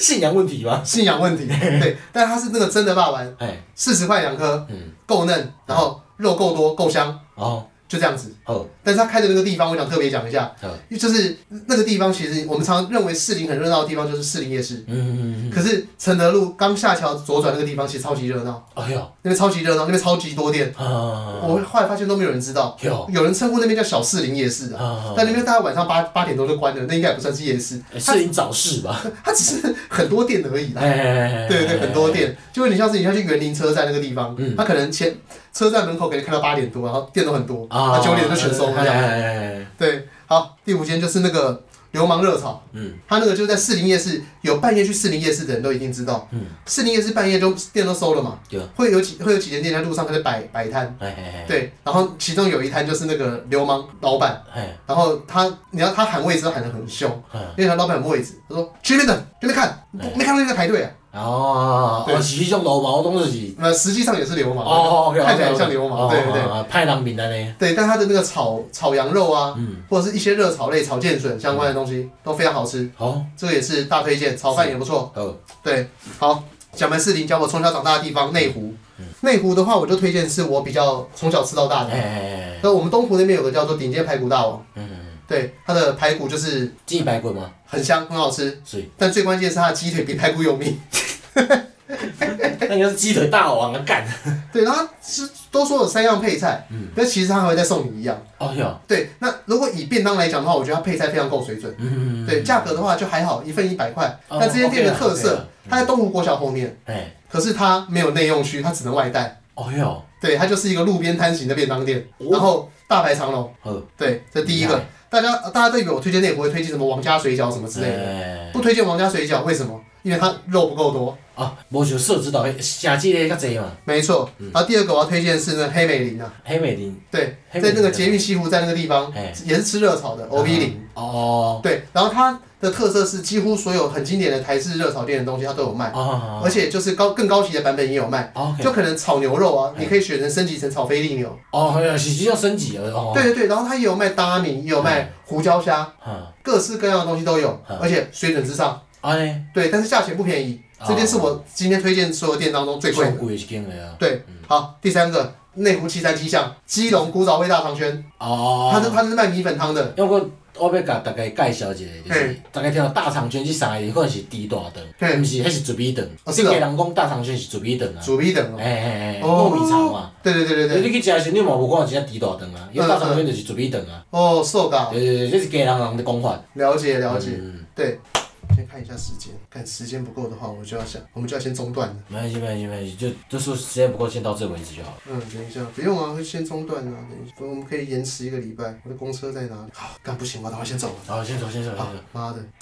S2: 信仰问题吗？
S1: 信仰 问题。对，但它是那个真的霸王，
S2: 嘿，
S1: 四十块两颗，
S2: 嗯，
S1: 够嫩，然后肉够多，够香，
S2: 哦，
S1: 就这样子。
S2: 好，
S1: 但是它开的那个地方，我想特别讲一下
S2: 嗯，
S1: 因为就是那个地方，其实我们常认为士林很热闹的地方就是士林夜市，
S2: 嗯嗯嗯
S1: 可是承德路刚下桥左转那个地方其实超级热闹，
S2: 嗯，哎哟，
S1: 那边超级热闹，那边超级多店，
S2: 啊，
S1: 我后来发现都没有人知道，
S2: 哟，
S1: 有人称呼那边叫小士林夜市啊。
S2: 啊，
S1: 但那边大概晚上八八点多就关了，那应该也不算是夜市，
S2: 欸是因早市吧？
S1: 它只是很多店而已啦。
S2: 哎，
S1: 对对，很多。店，就有点像是你像去园林车站那个地方，
S2: 嗯
S1: 它可能前车站门口可以看到八点多，然后店都很多，
S2: 啊，哎
S1: 啊九点就全收了这样。
S2: 样。
S1: 对，好，第五间就是那个流氓热炒，
S2: 嗯，
S1: 它那个就在士林夜市，有半夜去士林夜市的人都一定知道，
S2: 嗯
S1: 士林夜市半夜都店都收了嘛，
S2: 对
S1: 会有几会有几间店在路上开始摆摆摊，
S2: 哎哎哎，
S1: 对，然后其中有一摊就是那个流氓老板，
S2: 哎，
S1: 然后他你知道他喊位置都喊得很凶。
S2: 嗯，
S1: 因为他老板有位置，他说去那边等，那边看，不没看到你在排队啊。
S2: 哎哦，
S1: 对
S2: 哦是迄种老毛东就是，
S1: 呃，实际上也是流氓，
S2: 哦，
S1: 看起来像流氓，对对对。
S2: 对，派人面安尼，
S1: 对，但它的那个炒炒羊肉啊，
S2: 嗯，
S1: 或者是一些热炒类、炒剑笋相关的东西都非常好吃，
S2: 好，
S1: 这个也是大推荐。炒饭也不错。
S2: 好，
S1: 对，好，讲完四零，讲我从小长大的地方内湖。内湖的话，我就推荐是我比较从小吃到大的。
S2: 哎，
S1: 那我们东湖那边有个叫做顶尖排骨大王，
S2: 嗯，
S1: 对，它的排骨就是
S2: 鸡排骨吗？
S1: 很香，很好吃。
S2: 所以，
S1: 但最关键是它的鸡腿比排骨有名。
S2: 那应该是鸡腿大王啊，干，
S1: 对，然后它是都说有三样配菜，
S2: 嗯，
S1: 但其实它还会再送你一样。
S2: 哦哟，
S1: 对，那如果以便当来讲的话，我觉得它配菜非常够水准。
S2: 嗯，
S1: 对，价格的话就还好，一份一百块。那这间店的特色，它
S2: 它，
S1: 在东湖国小后面，
S2: 哎，
S1: 可是它没有内用区，它只能外带。
S2: 哦哟，
S1: 对，它就是一个路边摊型的便当店，
S2: 哦嗯
S1: 然后大排长龙。
S2: 好，
S1: 对，这第一个，大家呃大家对于我推荐内湖会推荐什么王家水饺什么之类的，
S2: 的
S1: 不推荐王家水饺，为什么？因为它肉不够多。
S2: 啊，无像社指导食即个较济嘛，
S1: 没错，
S2: 嗯
S1: 然后第二个我要推荐的是呢黑美林啊，
S2: 黑美林，
S1: 对，
S2: 黑
S1: 在
S2: 美
S1: 那
S2: 林
S1: 个捷运西湖站那个地方
S2: 哎，
S1: 也是吃热炒的 O B 林。
S2: 哦，
S1: 对，然后它的特色是几乎所有很经典的台式热炒店的东西它都有卖，
S2: 哦，
S1: 而且就是高更高级的版本也有卖。
S2: ，OK，
S1: 就可能炒牛肉啊，
S2: 哎
S1: 你可以选择升级成炒菲力牛。
S2: 哦，好像是即种升级了，哦，
S1: 对，对对，然后它也有卖大米，也有卖胡椒虾，
S2: 哈，
S1: 各式各样的东西都有
S2: 嗯，
S1: 而且水准之上。
S2: 安尼，
S1: 对，但是价钱不便宜，这件是我今天推荐所有店当中最贵
S2: 上
S1: 的。
S2: 哦贵是间的啊，
S1: 对，好，第三个内湖七三七巷，基隆古早味大肠圈，
S2: 哦，
S1: 它是它是卖米粉汤的。
S2: 因为我要甲大家介绍一个，就是
S1: 嗯
S2: 大家听到大肠圈这三个，可能是猪大肠，
S1: 嗯
S2: 毋是，迄是猪米肠。
S1: 哦是
S2: 世
S1: 哦
S2: 界人讲大肠圈是猪米肠啊，
S1: 主力等哦，
S2: 嘿嘿嘿，
S1: 哦
S2: 糯米肠嘛。
S1: 对对对对
S2: 你
S1: 对，嗯
S2: 你去食的时候，你嘛无看到真正猪大肠啊，因为大肠圈就是猪米肠啊。
S1: 哦，瘦嘎，
S2: 对对对，这是家人人的讲法。
S1: 了解了解，
S2: 嗯，
S1: 对。先看一下时间，看时间不够的话，我就要想，我们就要先中断了。
S2: 没关系没关系没关系，就就说时间不够，先到这为止就好了。
S1: 嗯，等一下，不用啊，会先中断啊。等一下，我们可以延迟一个礼拜。我的公车在哪里？好，干不行，我等会先走了。
S2: 好，先走先走先
S1: 好
S2: 走。，
S1: 妈的，